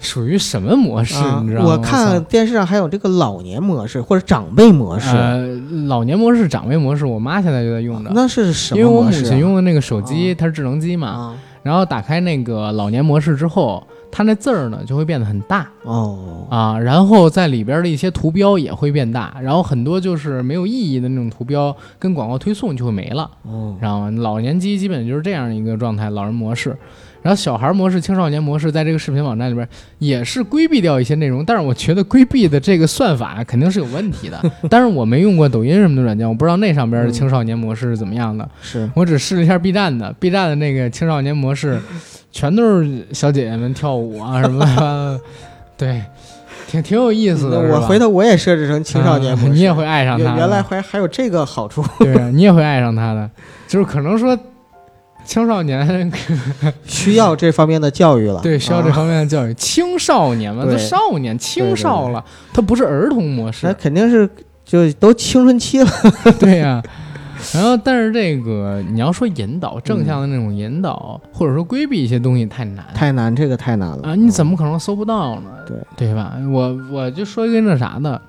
[SPEAKER 1] 属于什么模式，
[SPEAKER 3] 啊
[SPEAKER 1] 你知道吗？
[SPEAKER 3] 我看电视上还有这个老年模式或者长辈模
[SPEAKER 1] 我
[SPEAKER 3] 式，
[SPEAKER 1] 操呃老年模式、长辈模式，我妈现在就在用着，
[SPEAKER 3] 那是什
[SPEAKER 1] 因
[SPEAKER 3] 么
[SPEAKER 1] 为我母
[SPEAKER 3] 模式啊？
[SPEAKER 1] 亲用的那个手机、
[SPEAKER 3] 啊
[SPEAKER 1] 它是智能机嘛，
[SPEAKER 3] 啊，
[SPEAKER 1] 然后打开那个老年模式之后，它那字儿呢就会变得很大。
[SPEAKER 3] 哦，
[SPEAKER 1] 啊，然后在里边儿的一些图标也会变大，然后很多就是没有意义的那种图标跟广告推送就会没了，
[SPEAKER 3] 哦，
[SPEAKER 1] 知道吗？老年机基本就是这样一个状态，老人模式。然后小孩模式、青少年模式，在这个视频网站里边儿也是规避掉一些内容，但是我觉得规避的这个算法肯定是有问题的。 但是我没用过抖音什么的软件，我不知道那上边儿的青少年模式是怎么样的。
[SPEAKER 3] 是
[SPEAKER 1] 我只试了一下 B 站的，B 站的那个青少年模 式，全都是小姐姐们跳舞啊什么 的，对，挺挺有意思的。
[SPEAKER 3] 嗯那
[SPEAKER 1] 是
[SPEAKER 3] 我
[SPEAKER 1] 吧
[SPEAKER 3] 回头我也设置成青少年模式，
[SPEAKER 1] 啊你也会爱上他
[SPEAKER 3] 原
[SPEAKER 1] 的。
[SPEAKER 3] 原来还还有这个好处，
[SPEAKER 1] 对啊，你也会爱上他的，就是可能说青少 年
[SPEAKER 3] 需要这方面的教育了，
[SPEAKER 1] 对需要这
[SPEAKER 3] 啊。
[SPEAKER 1] 方面的教育，青少年嘛，
[SPEAKER 3] 对
[SPEAKER 1] 都少年青少了，他不是儿童模
[SPEAKER 3] 那
[SPEAKER 1] 式，
[SPEAKER 3] 肯定是就都青春期了，
[SPEAKER 1] 对呀、然后，但是这个你要说引导
[SPEAKER 3] 嗯
[SPEAKER 1] 正向的那种引导，或者说规避一些东西太难
[SPEAKER 3] 太难，这个太难了
[SPEAKER 1] 啊！你怎
[SPEAKER 3] 么？
[SPEAKER 1] 么可能搜不到呢？
[SPEAKER 3] 对
[SPEAKER 1] 对吧？我我就说一个那啥的，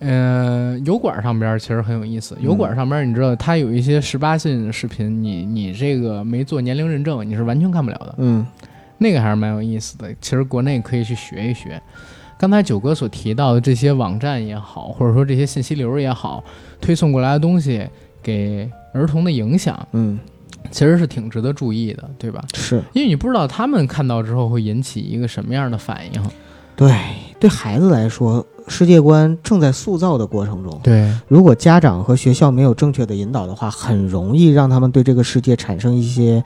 [SPEAKER 1] 呃，油管上边儿其实很有意思。油管上边儿你知道，它有一些十八禁视频，你你这个没做年龄认证，你是完全看不了的。
[SPEAKER 3] 嗯
[SPEAKER 1] 那个还是蛮有意思的。其实国内可以去学一学。刚才九哥所提到的这些网站也好，或者说这些信息流也好，推送过来的东西给儿童的影响，
[SPEAKER 3] 嗯，
[SPEAKER 1] 其实是挺值得注意的，对吧？
[SPEAKER 3] 是
[SPEAKER 1] 因为你不知道他们看到之后会引起一个什么样的反应。
[SPEAKER 3] 对对孩子来说，世界观正在塑造的过程中，
[SPEAKER 1] 对，
[SPEAKER 3] 如果家长和学校没有正确的引导的话，很容易让他们对这个世界产生一些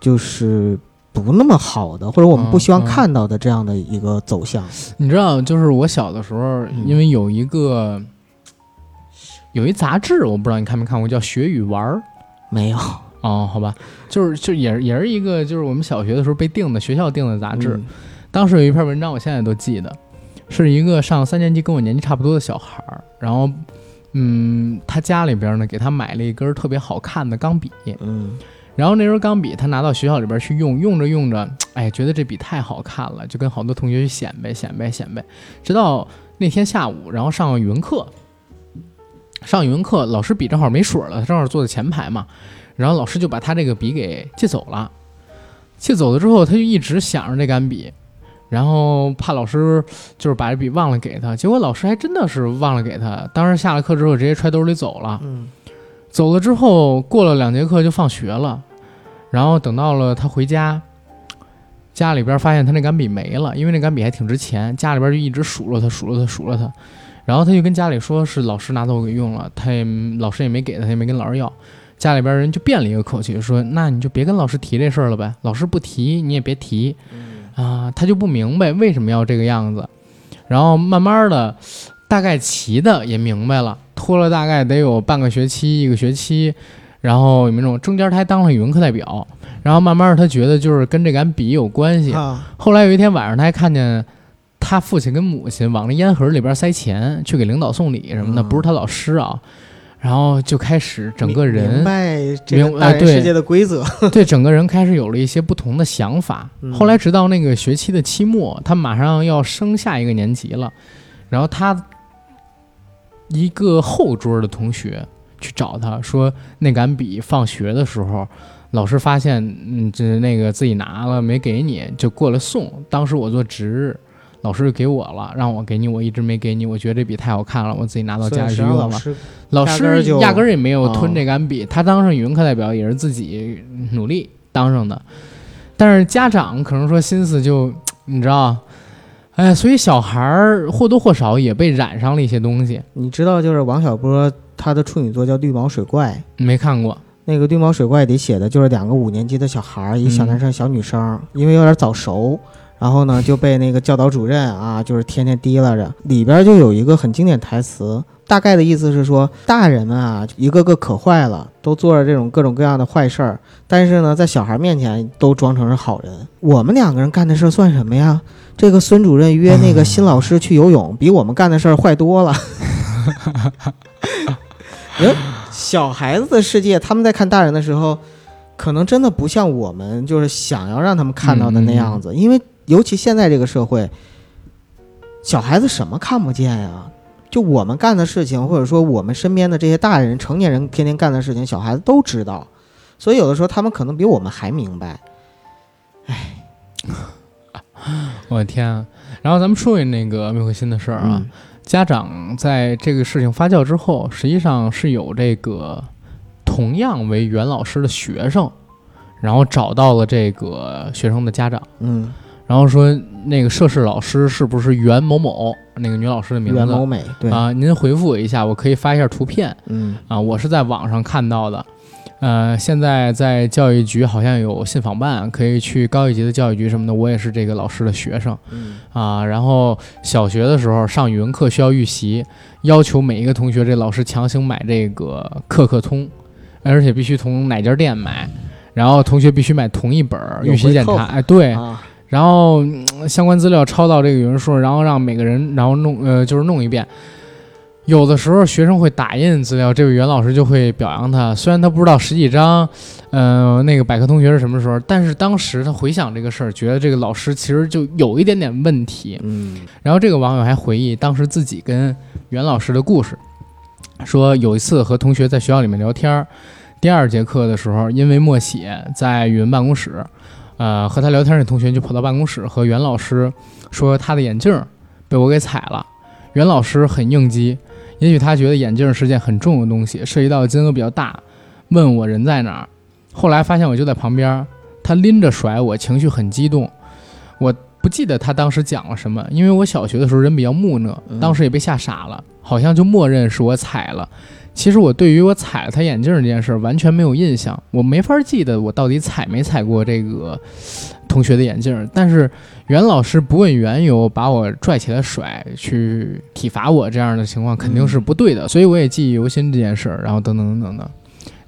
[SPEAKER 3] 就是不那么好的，或者我们不希望
[SPEAKER 1] 嗯嗯
[SPEAKER 3] 看到的这样的一个走向。
[SPEAKER 1] 你知道，就是我小的时候，
[SPEAKER 3] 嗯
[SPEAKER 1] 因为有一个、有一杂志，我不知道你看没看过，叫《学与玩儿》。
[SPEAKER 3] 没有
[SPEAKER 1] 哦，好吧，就是就也是也是一个，就是我们小学的时候被定的学校定的杂志。
[SPEAKER 3] 嗯
[SPEAKER 1] 当时有一篇文章，我现在都记得，是一个上三年级跟我年纪差不多的小孩儿，然后，嗯，他家里边呢给他买了一根特别好看的钢笔，
[SPEAKER 3] 嗯
[SPEAKER 1] 然后那根钢笔他拿到学校里边去用，用着用着，哎，觉得这笔太好看了，就跟好多同学去显摆显摆显摆，直到那天下午，然后上语文课，上语文课老师笔正好没水了，他正好坐在前排嘛，然后老师就把他这个笔给借走了，借走了之后，他就一直想着这杆笔。然后怕老师就是把这笔忘了给他，结果老师还真的是忘了给他。当时下了课之后，直接揣兜里走了。
[SPEAKER 3] 嗯
[SPEAKER 1] 走了之后，过了两节课就放学了，然后等到了他回家，家里边发现他那杆笔没了，因为那杆笔还挺值钱，家里边就一直数落他，数落他，数落他，然后他就跟家里说是老师拿走给用了，他也老师也没给他，也没跟老师要，家里边人就变了一个口气，说那你就别跟老师提这事儿了呗，老师不提你也别提，啊，他就不明白为什么要这个样子，然后慢慢的，大概骑的也明白了，拖了大概得有半个学期一个学期，然后有没有那种中间他还当了语文课代表，然后慢慢的他觉得就是跟这杆笔有关系，
[SPEAKER 3] 啊
[SPEAKER 1] 后来有一天晚上他还看见。他父亲跟母亲往那烟盒里边塞钱，去给领导送礼什么的，
[SPEAKER 3] 嗯
[SPEAKER 1] 不是他老师啊，然后就开始整个人
[SPEAKER 3] 明明白这
[SPEAKER 1] 明
[SPEAKER 3] 个
[SPEAKER 1] 白
[SPEAKER 3] 大人
[SPEAKER 1] 对
[SPEAKER 3] 世界的规则。
[SPEAKER 1] 对整个人开始有了一些不同的想法。
[SPEAKER 3] 嗯
[SPEAKER 1] 后来直到那个学期的期末，他马上要升下一个年级了，然后他一个后桌的同学去找他说，那杆笔放学的时候。老师发现，嗯，这那个自己拿了没给你，就过来送。当时我做值日，老师就给我了，让我给你，我一直没给你。我觉得这笔太好看了，我自己拿到
[SPEAKER 3] 所以
[SPEAKER 1] 家里
[SPEAKER 3] 实
[SPEAKER 1] 去
[SPEAKER 3] 际上
[SPEAKER 1] 用
[SPEAKER 3] 啊老
[SPEAKER 1] 了。老
[SPEAKER 3] 师压根
[SPEAKER 1] 师
[SPEAKER 3] 儿就
[SPEAKER 1] 压根儿也没有
[SPEAKER 3] 哦
[SPEAKER 1] 吞这杆笔，他当上语文课代表也是自己努力当上的，但是家长可能说心思就你知道，哎，所以小孩儿或多或少也被染上了一些东西，
[SPEAKER 3] 你知道，就是王小波他的处女作叫《绿毛水怪》，
[SPEAKER 1] 没看过，
[SPEAKER 3] 那个《绿毛水怪》里写的就是两个五年级的小孩儿，一小男生、小女生，因为有点早熟，然后呢就被那个教导主任啊，就是天天提拉着。里边就有一个很经典台词，大概的意思是说，大人们啊，一个个可坏了，都做着这种各种各样的坏事儿，但是呢，在小孩面前都装成是好人。我们两个人干的事儿算什么呀？这个孙主任约那
[SPEAKER 1] 嗯
[SPEAKER 3] 个新老师去游泳，比我们干的事儿坏多 了。人小孩子的世界，他们在看大人的时候，可能真的不像我们就是想要让他们看到的那样
[SPEAKER 1] 嗯
[SPEAKER 3] 子，因为尤其现在这个社会，小孩子什么看不见呀？就我们干的事情，或者说我们身边的这些大人、成年人天天干的事情，小孩子都知道，所以有的时候他们可能比我们还明白。
[SPEAKER 1] 我的天、啊！然后咱们说回那个缪克辛的事儿啊，
[SPEAKER 3] 嗯
[SPEAKER 1] 家长在这个事情发酵之后，实际上是有这个同样为袁老师的学生，然后找到了这个学生的家长。
[SPEAKER 3] 嗯，
[SPEAKER 1] 然后说那个涉事老师是不是袁某某那个女老师的名
[SPEAKER 3] 袁某
[SPEAKER 1] 字
[SPEAKER 3] 美，对，
[SPEAKER 1] 啊？您回复我一下，我可以发一下图片
[SPEAKER 3] 嗯
[SPEAKER 1] 啊，我是在网上看到的。呃，现在在教育局好像有信访办，可以去高一级的教育局什么的。我也是这个老师的学生
[SPEAKER 3] 嗯
[SPEAKER 1] 啊。然后小学的时候上语文课需要预习，要求每一个同学这老师强行买这个课课通，而且必须从哪家店买，然后同学必须买同一本儿
[SPEAKER 3] 有
[SPEAKER 1] 预习
[SPEAKER 3] 回
[SPEAKER 1] 检
[SPEAKER 3] 扣
[SPEAKER 1] 查。哎，对，
[SPEAKER 3] 啊，
[SPEAKER 1] 然后嗯相关资料抄到这个语文书，然后让每个人，然后弄呃就是弄一遍。有的时候学生会打印资料，这位袁老师就会表扬他。虽然他不知道十几章，呃，那个百科同学是什么时候，但是当时他回想这个事儿，觉得这个老师其实就有一点点问题。
[SPEAKER 3] 嗯
[SPEAKER 1] 然后这个网友还回忆当时自己跟袁老师的故事，说有一次和同学在学校里面聊天儿，第二节课的时候，因为默写在语文办公室，呃，和他聊天的同学就跑到办公室和袁老师说他的眼镜儿被我给踩了。袁老师很应激，也许他觉得眼镜儿是件很重的东西，涉及到的金额比较大，问我人在哪儿。后来发现我就在旁边儿，他拎着甩我，情绪很激动。我不记得他当时讲了什么，因为我小学的时候人比较木讷，
[SPEAKER 3] 嗯
[SPEAKER 1] 当时也被吓傻了，好像就默认是我踩了。其实我对于我踩了他眼镜儿这件事儿完全没有印象，我没法记得我到底踩没踩过这个同学的眼镜儿。但是袁老师不问缘由把我拽起来甩，去体罚我这样的情况肯定是不对的，所以我也记忆犹新这件事儿。然后等等等等的，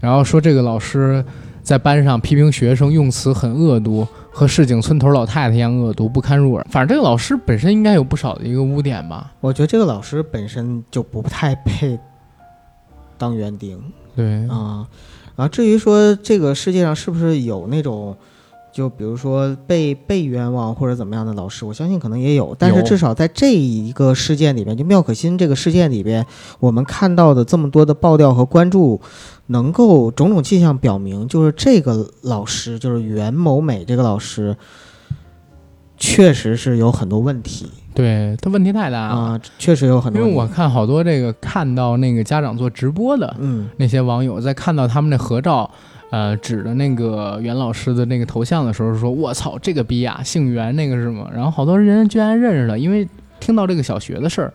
[SPEAKER 1] 然后说这个老师在班上批评学生用词很恶毒，和市井村头老太太一样恶毒，不堪入耳。反正这个老师本身应该有不少的一个污点吧？
[SPEAKER 3] 我觉得这个老师本身就不太配当园丁
[SPEAKER 1] 对，
[SPEAKER 3] 啊。然后至于说这个世界上是不是有那种，就比如说被被冤枉或者怎么样的老师，我相信可能也有，但是
[SPEAKER 1] 有
[SPEAKER 3] 至少在这一个事件里边，就妙可欣这个事件里边，我们看到的这么多的爆料和关注，能够种种迹象表明，就是这个老师，就是袁某美这个老师，确实是有很多问题。
[SPEAKER 1] 对他问题太大了。
[SPEAKER 3] 啊，确实有很
[SPEAKER 1] 因
[SPEAKER 3] 多
[SPEAKER 1] 为
[SPEAKER 3] 问题。
[SPEAKER 1] 我看好多这个看到那个家长做直播的
[SPEAKER 3] 嗯
[SPEAKER 1] 那些网友在看到他们那合照，呃，指着那个袁老师的那个头像的时候说：“我操，这个逼呀、姓袁那个是吗？”然后好多人居然认识他，因为听到这个小学的事儿，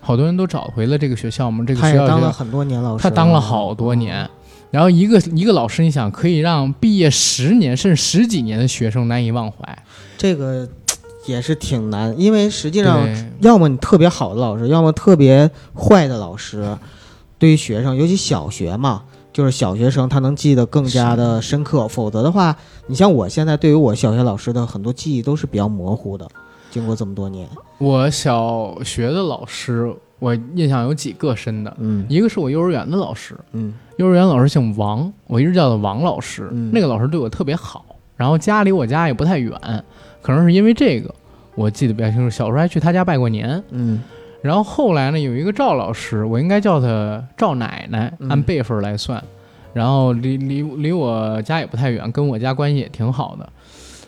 [SPEAKER 1] 好多人都找回了这个学校嘛，这个
[SPEAKER 3] 他
[SPEAKER 1] 学
[SPEAKER 3] 也
[SPEAKER 1] 校
[SPEAKER 3] 当了
[SPEAKER 1] 就
[SPEAKER 3] 很多年老师，
[SPEAKER 1] 他当了好多年。然后一个一个老师，你想可以让毕业十年甚至十几年的学生难以忘怀，
[SPEAKER 3] 嗯，这个也是挺难，因为实际上，
[SPEAKER 1] 对
[SPEAKER 3] 要么你特别好的老师，要么特别坏的老师，对于学生，尤其小学嘛。就是小学生，他能记得更加的深刻，否则的话，你像我现在对于我小学老师的很多记忆都是比较模糊的。经过这么多年，
[SPEAKER 1] 我小学的老师，我印象有几个深的，
[SPEAKER 3] 嗯
[SPEAKER 1] 一个是我幼儿园的老师，
[SPEAKER 3] 嗯
[SPEAKER 1] 幼儿园老师姓王，我一直叫他王老师。
[SPEAKER 3] 嗯
[SPEAKER 1] 那个老师对我特别好，然后家离我家也不太远，可能是因为这个，我记得比较清楚。小时候还去他家拜过年。
[SPEAKER 3] 嗯
[SPEAKER 1] 然后后来呢，有一个赵老师，我应该叫他赵奶奶，
[SPEAKER 3] 嗯
[SPEAKER 1] 按辈分来算。然后离离离我家也不太远，跟我家关系也挺好的。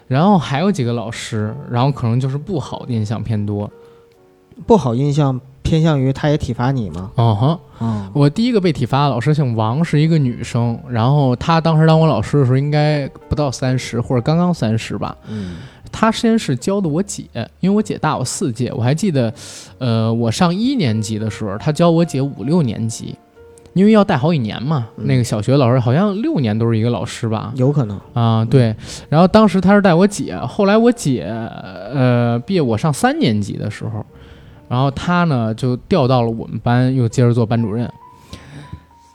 [SPEAKER 1] 然后还有几个老师，然后可能就是不好的印象偏多。
[SPEAKER 3] 不好印象偏向于他也体罚你嘛。
[SPEAKER 1] 嗯哼。
[SPEAKER 3] 啊、
[SPEAKER 1] 我第一个被体罚的老师姓王，是一个女生。然后她当时当我老师的时候，应该不到三十，或者刚刚三十吧。
[SPEAKER 3] 嗯
[SPEAKER 1] 她先是教的我姐，因为我姐大我四届。我还记得，呃，我上一年级的时候，她教我姐五六年级，因为要带好几年嘛。
[SPEAKER 3] 嗯
[SPEAKER 1] 那个小学老师好像六年都是一个老师吧？
[SPEAKER 3] 有可能。
[SPEAKER 1] 啊，对。然后当时她是带我姐，后来我姐，呃，毕业我上三年级的时候，然后她呢就调到了我们班，又接着做班主任。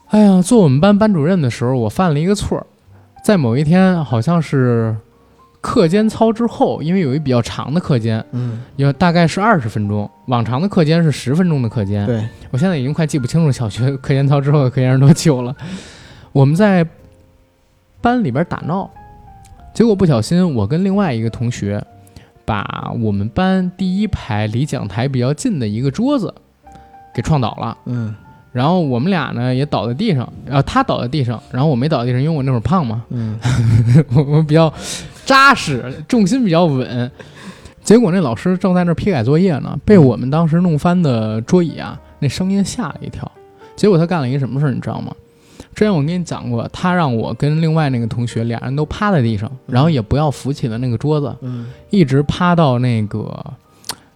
[SPEAKER 1] 哎呀，做我们班班主任的时候，我犯了一个错儿，在某一天好像是课间操之后，因为有一比较长的课间，
[SPEAKER 3] 嗯，
[SPEAKER 1] 有大概是二十分钟，往常的课间是十分钟的课间。
[SPEAKER 3] 对，
[SPEAKER 1] 我现在已经快记不清楚小学课间操之后的课间是多久了。我们在班里边打闹，结果不小心我跟另外一个同学把我们班第一排离讲台比较近的一个桌子给撞倒了。
[SPEAKER 3] 嗯
[SPEAKER 1] 然后我们俩呢也倒在地上，然后他倒在地上，然后我没倒在地上，因为我那会儿胖嘛，
[SPEAKER 3] 嗯，
[SPEAKER 1] 我我比较扎实，重心比较稳。结果那老师正在那儿批改作业呢，被我们当时弄翻的桌椅啊，那声音吓了一跳。结果他干了一个什么事儿，你知道吗？之前我跟你讲过，他让我跟另外那个同学俩人都趴在地上，然后也不要扶起了那个桌子，
[SPEAKER 3] 嗯，
[SPEAKER 1] 一直趴到那个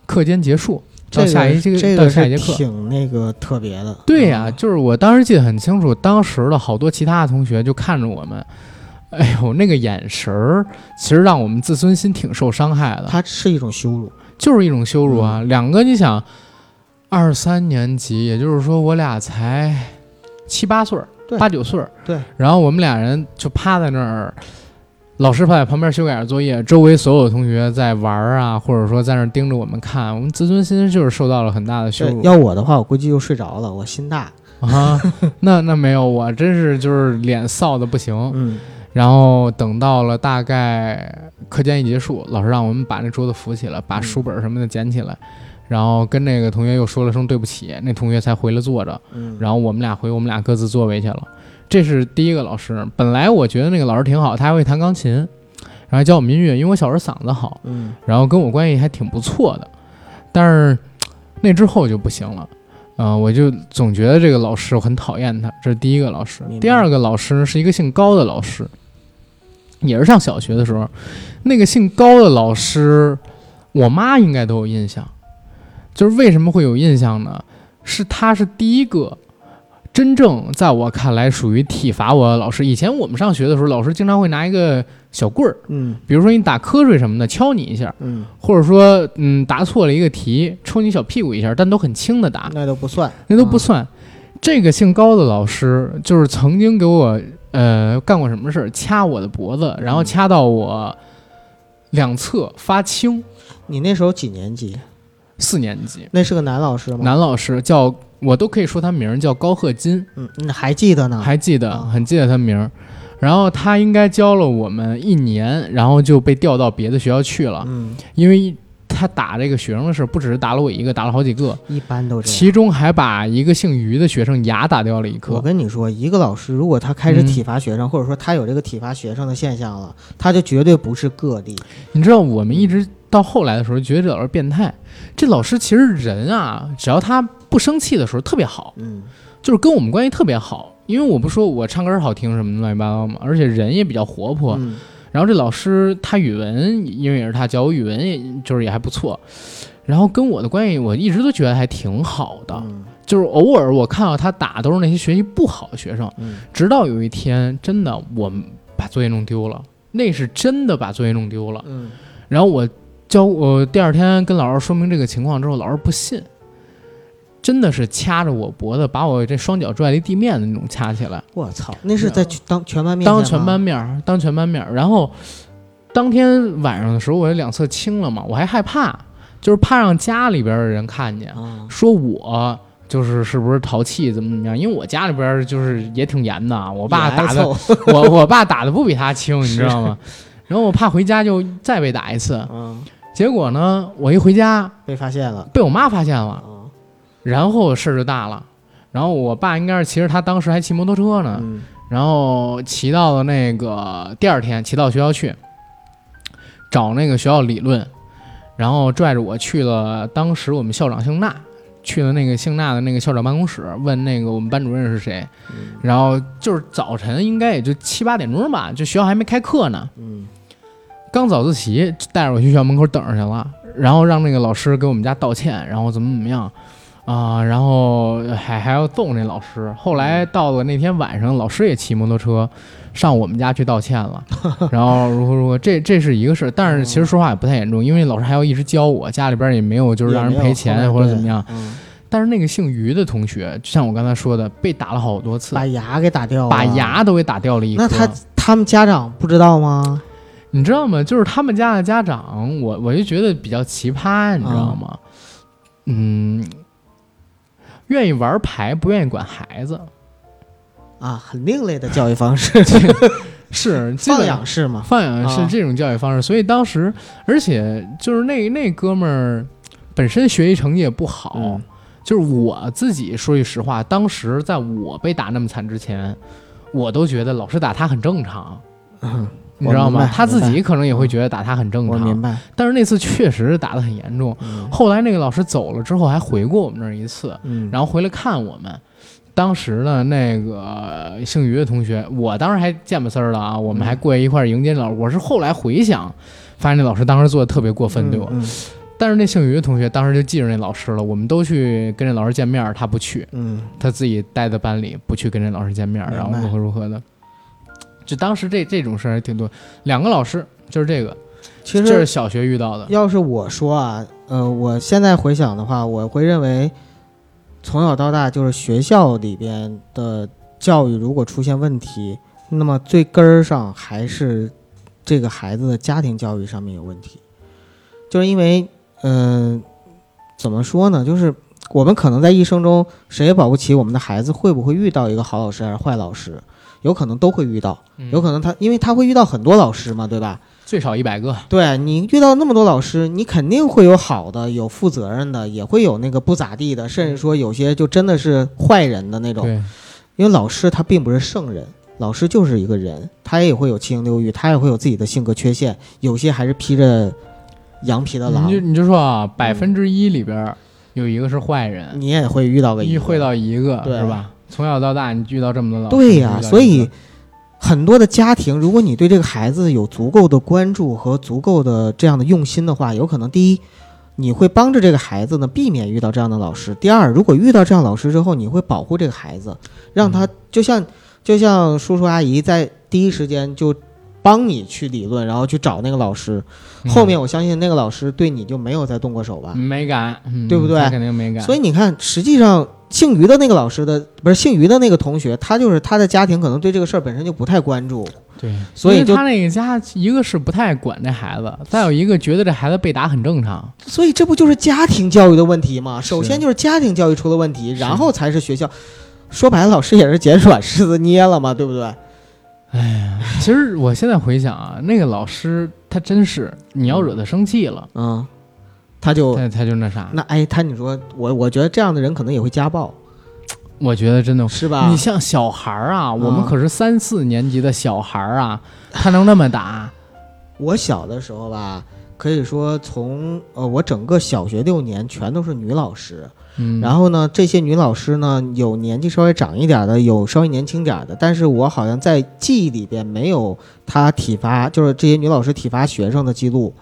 [SPEAKER 1] 课间结束，到
[SPEAKER 3] 这
[SPEAKER 1] 下一
[SPEAKER 3] 这
[SPEAKER 1] 个
[SPEAKER 3] 这
[SPEAKER 1] 到
[SPEAKER 3] 个
[SPEAKER 1] 下一节
[SPEAKER 3] 是
[SPEAKER 1] 课。
[SPEAKER 3] 挺那个特别的。
[SPEAKER 1] 对呀、啊
[SPEAKER 3] 嗯
[SPEAKER 1] 就是我当时记得很清楚，当时的好多其他的同学就看着我们，哎呦，那个眼神儿，其实让我们自尊心挺受伤害的，
[SPEAKER 3] 它是一种羞辱。
[SPEAKER 1] 就是一种羞辱
[SPEAKER 3] 嗯
[SPEAKER 1] 啊。两个，你想，二三年级，也就是说我俩才七八岁儿
[SPEAKER 3] 对
[SPEAKER 1] 八九岁儿
[SPEAKER 3] 对，
[SPEAKER 1] 然后我们俩人就趴在那儿。老师在旁边修改着作业，周围所有同学在玩儿啊，或者说在那儿盯着我们看，我们自尊心就是受到了很大的羞
[SPEAKER 3] 对
[SPEAKER 1] 辱
[SPEAKER 3] 要我的话，我估计就睡着了，我心大。
[SPEAKER 1] 啊。那那没有，我真是就是脸臊的不行。
[SPEAKER 3] 嗯，
[SPEAKER 1] 然后等到了大概课间一结束，老师让我们把那桌子扶起来，把
[SPEAKER 3] 嗯
[SPEAKER 1] 书本什么的捡起来，然后跟那个同学又说了声对不起，那同学才回了坐着。
[SPEAKER 3] 嗯
[SPEAKER 1] 然后我们俩回我们俩各自座位去了。这是第一个老师，本来我觉得那个老师挺好，他还会弹钢琴，然后还教我们音乐，因为我小时候嗓子好，
[SPEAKER 3] 嗯，
[SPEAKER 1] 然后跟我关系还挺不错的。但是那之后就不行了，嗯、我就总觉得这个老师我很讨厌他，这是第一个老师
[SPEAKER 3] 明白。
[SPEAKER 1] 第二个老师是一个姓高的老师，也是上小学的时候，那个姓高的老师，我妈应该都有印象。就是为什么会有印象呢？是他是第一个。真正在我看来属于体罚我的老师。以前我们上学的时候，老师经常会拿一个小棍儿，
[SPEAKER 3] 嗯
[SPEAKER 1] 比如说你打瞌睡什么的，敲你一下，
[SPEAKER 3] 嗯，
[SPEAKER 1] 或者说，嗯，答错了一个题，抽你小屁股一下，但都很轻的打，
[SPEAKER 3] 那都不算，
[SPEAKER 1] 啊
[SPEAKER 3] 嗯
[SPEAKER 1] 那都不算。这个姓高的老师就是曾经给我呃干过什么事儿，掐我的脖子，然后掐到我两侧发青。
[SPEAKER 3] 嗯。你那时候几年级？
[SPEAKER 1] 四年级
[SPEAKER 3] 那是个男老师吗？
[SPEAKER 1] 男老师叫我都可以说他名儿叫高鹤金，
[SPEAKER 3] 嗯，你还记得呢？
[SPEAKER 1] 还记得
[SPEAKER 3] 啊
[SPEAKER 1] 很记得他名儿。然后他应该教了我们一年，然后就被调到别的学校去了，
[SPEAKER 3] 嗯，
[SPEAKER 1] 因为他打这个学生的事儿，不只是打了我一个，打了好几个。
[SPEAKER 3] 一般都这样。
[SPEAKER 1] 其中还把一个姓于的学生牙打掉了一
[SPEAKER 3] 我
[SPEAKER 1] 颗。
[SPEAKER 3] 跟你说，一个老师如果他开始
[SPEAKER 1] 嗯
[SPEAKER 3] 体罚学生，或者说他有这个体罚学生的现象了，他就绝对不是个例。
[SPEAKER 1] 你知道，我们一直到后来的时候，觉得这老师变态。这老师其实人啊，只要他不生气的时候特别好，
[SPEAKER 3] 嗯
[SPEAKER 1] 就是跟我们关系特别好。因为我不说我唱歌好听什么乱七八糟嘛，而且人也比较活泼。
[SPEAKER 3] 嗯
[SPEAKER 1] 然后这老师他语文，因为也是他教我语文，也就是也还不错。然后跟我的关系，我一直都觉得还挺好的。
[SPEAKER 3] 嗯
[SPEAKER 1] 就是偶尔我看到他打都是那些学习不好的学生，
[SPEAKER 3] 嗯
[SPEAKER 1] 直到有一天，真的我把作业弄丢了，那是真的把作业弄丢了。
[SPEAKER 3] 嗯
[SPEAKER 1] 然后我教我第二天跟老师说明这个情况之后，老师不信，真的是掐着我脖子，把我这双脚拽离地面的那种掐起来，
[SPEAKER 3] 我操，那是在
[SPEAKER 1] 是
[SPEAKER 3] 当全班面前
[SPEAKER 1] 嗯当
[SPEAKER 3] 吗
[SPEAKER 1] 着全班面儿，当全班面儿。然后当天晚上的时候，我这两侧青了嘛，我还害怕，就是怕让家里边儿的人看见，
[SPEAKER 3] 啊，
[SPEAKER 1] 说我。就是是不是淘气怎么怎么样？因为我家里边儿就是也挺严的啊，我
[SPEAKER 3] 我
[SPEAKER 1] 爸打的我我爸打的不比他轻，你知道吗？然后我怕回家就再被打一次，
[SPEAKER 3] 嗯
[SPEAKER 1] 结果呢，我一回家
[SPEAKER 3] 被发现了
[SPEAKER 1] 被我妈发现了，
[SPEAKER 3] 啊，
[SPEAKER 1] 然后事儿就大了。然后我爸应该是骑着他当时还骑摩托车呢，
[SPEAKER 3] 嗯
[SPEAKER 1] 然后骑到了那个第二天骑到学校去，找那个学校理论，然后拽着我去了当时我们校长姓纳，去了那个姓纳的那个校长办公室，问那个我们班主任是谁，
[SPEAKER 3] 嗯
[SPEAKER 1] 然后就是早晨应该也就七八点钟吧，就学校还没开课呢，
[SPEAKER 3] 嗯
[SPEAKER 1] 刚早自习就带着我去学校门口等着去了，然后让那个老师给我们家道歉，然后怎么怎么样啊、然后还还要揍那老师。后来到了那天晚上，老师也骑摩托车上我们家去道歉 了，然后如何如何，这这是一个事儿，但是其实说话也不太严重，因为老师还要一直教我，家里边也没有就是让人赔钱或者怎么样。，
[SPEAKER 3] 也没有后来对嗯
[SPEAKER 1] 但是那个姓于的同学，就像我刚才说的，被打了好多次，
[SPEAKER 3] 把牙给打掉了，啊
[SPEAKER 1] 把牙都给打掉了一颗。
[SPEAKER 3] 那他他们家长不知道吗？
[SPEAKER 1] 你知道吗？就是他们家的家长，我我就觉得比较奇葩，你知道
[SPEAKER 3] 啊
[SPEAKER 1] 吗？嗯，愿意玩牌，不愿意管孩子，
[SPEAKER 3] 啊，很另类的教育 方式，
[SPEAKER 1] 是这个
[SPEAKER 3] 放养式嘛。
[SPEAKER 1] 放养是
[SPEAKER 3] 啊
[SPEAKER 1] 这种教育方式。所以当时，而且就是那那哥们儿本身学习成绩也不好，
[SPEAKER 3] 嗯
[SPEAKER 1] 就是我自己说句实话，当时在我被打那么惨之前，我都觉得老师打他很正常，
[SPEAKER 3] 嗯
[SPEAKER 1] 你知道
[SPEAKER 3] 我明
[SPEAKER 1] 吗？
[SPEAKER 3] 白
[SPEAKER 1] 他自
[SPEAKER 3] 明
[SPEAKER 1] 己
[SPEAKER 3] 白嗯
[SPEAKER 1] 可能也会觉得打他很正
[SPEAKER 3] 我明
[SPEAKER 1] 常，
[SPEAKER 3] 白。
[SPEAKER 1] 但是那次确实打得很严重。
[SPEAKER 3] 嗯
[SPEAKER 1] 后来那个老师走了之后，还回过我们那儿一次，
[SPEAKER 3] 嗯，
[SPEAKER 1] 然后回来看我们。当时呢，那个呃姓于的同学，我当时还见不丝儿了啊，我们
[SPEAKER 3] 嗯
[SPEAKER 1] 还过去一块儿迎接老师。我是后来回想，发现那老师当时做的特别过分对我。
[SPEAKER 3] 嗯
[SPEAKER 1] 但是那姓于的同学当时就记着那老师了，我们都去跟这老师见面儿，他不去，
[SPEAKER 3] 嗯，
[SPEAKER 1] 他自己待在班里，不去跟这老师见面儿，
[SPEAKER 3] 明
[SPEAKER 1] 然后
[SPEAKER 3] 白
[SPEAKER 1] 如何如何的。就当时这这种事儿还挺多，两个老师就是这个，
[SPEAKER 3] 嗯其实
[SPEAKER 1] 这是小学遇到的，
[SPEAKER 3] 要是我说啊，呃，我现在回想的话，我会认为，呃从小到大就是学校里边的教育，如果出现问题，那么最根儿上还是这个孩子的家庭教育上面有问题，就是因为，嗯、怎么说呢？就是我们可能在一生中，谁也保不齐我们的孩子会不会遇到一个好老师还是坏老师，有可能都会遇到，有可能他因为他会遇到很多老师嘛，对吧？
[SPEAKER 1] 最少一百个，
[SPEAKER 3] 对你遇到那么多老师，你肯定会有好的，有负责任的，也会有那个不咋地的，甚至说有些就真的是坏人的那种。
[SPEAKER 1] 对，
[SPEAKER 3] 因为老师他并不是圣人，老师就是一个人，他也会有七情六欲，他也会有自己的性格缺陷，有些还是披着羊皮的
[SPEAKER 1] 你
[SPEAKER 3] 狼
[SPEAKER 1] 就，你就说啊，百分之一里边儿有一个是坏人，
[SPEAKER 3] 你也会遇到个
[SPEAKER 1] 一
[SPEAKER 3] 个
[SPEAKER 1] 会到一个
[SPEAKER 3] 对啊
[SPEAKER 1] 是吧？从小到大你遇到这么多老师，
[SPEAKER 3] 对呀、
[SPEAKER 1] 遇到一个
[SPEAKER 3] 所以嗯很多的家庭，如果你对这个孩子有足够的关注和足够的这样的用心的话，有可能第一，你会帮着这个孩子呢避免遇到这样的老师；第二，如果遇到这样老师之后，你会保护这个孩子，让他就像就像叔叔阿姨在第一时间就帮你去理论，然后去找那个老师。后面我相信那个老师对你就没有再动过手吧。
[SPEAKER 1] 嗯没敢，嗯
[SPEAKER 3] 对不对
[SPEAKER 1] 他肯定没敢，
[SPEAKER 3] 所以你看，实际上姓于的那个老师的不是姓于的那个同学，他就是他的家庭可能对这个事儿本身就不太关注，
[SPEAKER 1] 对，
[SPEAKER 3] 所以
[SPEAKER 1] 因为
[SPEAKER 3] 就
[SPEAKER 1] 他那个家一个是不太管这孩子，再有一个觉得这孩子被打很正常，
[SPEAKER 3] 所以这不就是家庭教育的问题吗？
[SPEAKER 1] 是
[SPEAKER 3] 首先就是家庭教育出了问题，然后才是学校。说白了，老师也是捡 软柿子捏了嘛，对不对？
[SPEAKER 1] 其实我现在回想啊，那个老师他真是，你要惹他生气了，
[SPEAKER 3] 嗯，他就
[SPEAKER 1] 他他就那啥。
[SPEAKER 3] 那哎，他你说我我觉得这样的人可能也会家暴，
[SPEAKER 1] 我觉得真的，
[SPEAKER 3] 是吧
[SPEAKER 1] 你？像小孩儿啊，我
[SPEAKER 3] 嗯
[SPEAKER 1] 们可是三四年级的小孩儿啊，他能那么打，
[SPEAKER 3] 我小的时候吧，可以说从呃我整个小学六年全都是女老师，
[SPEAKER 1] 嗯，
[SPEAKER 3] 然后呢，这些女老师呢，有年纪稍微长一点的，有稍微年轻点的，但是我好像在记忆里边没有她体罚，就是这些女老师体罚学生的记录。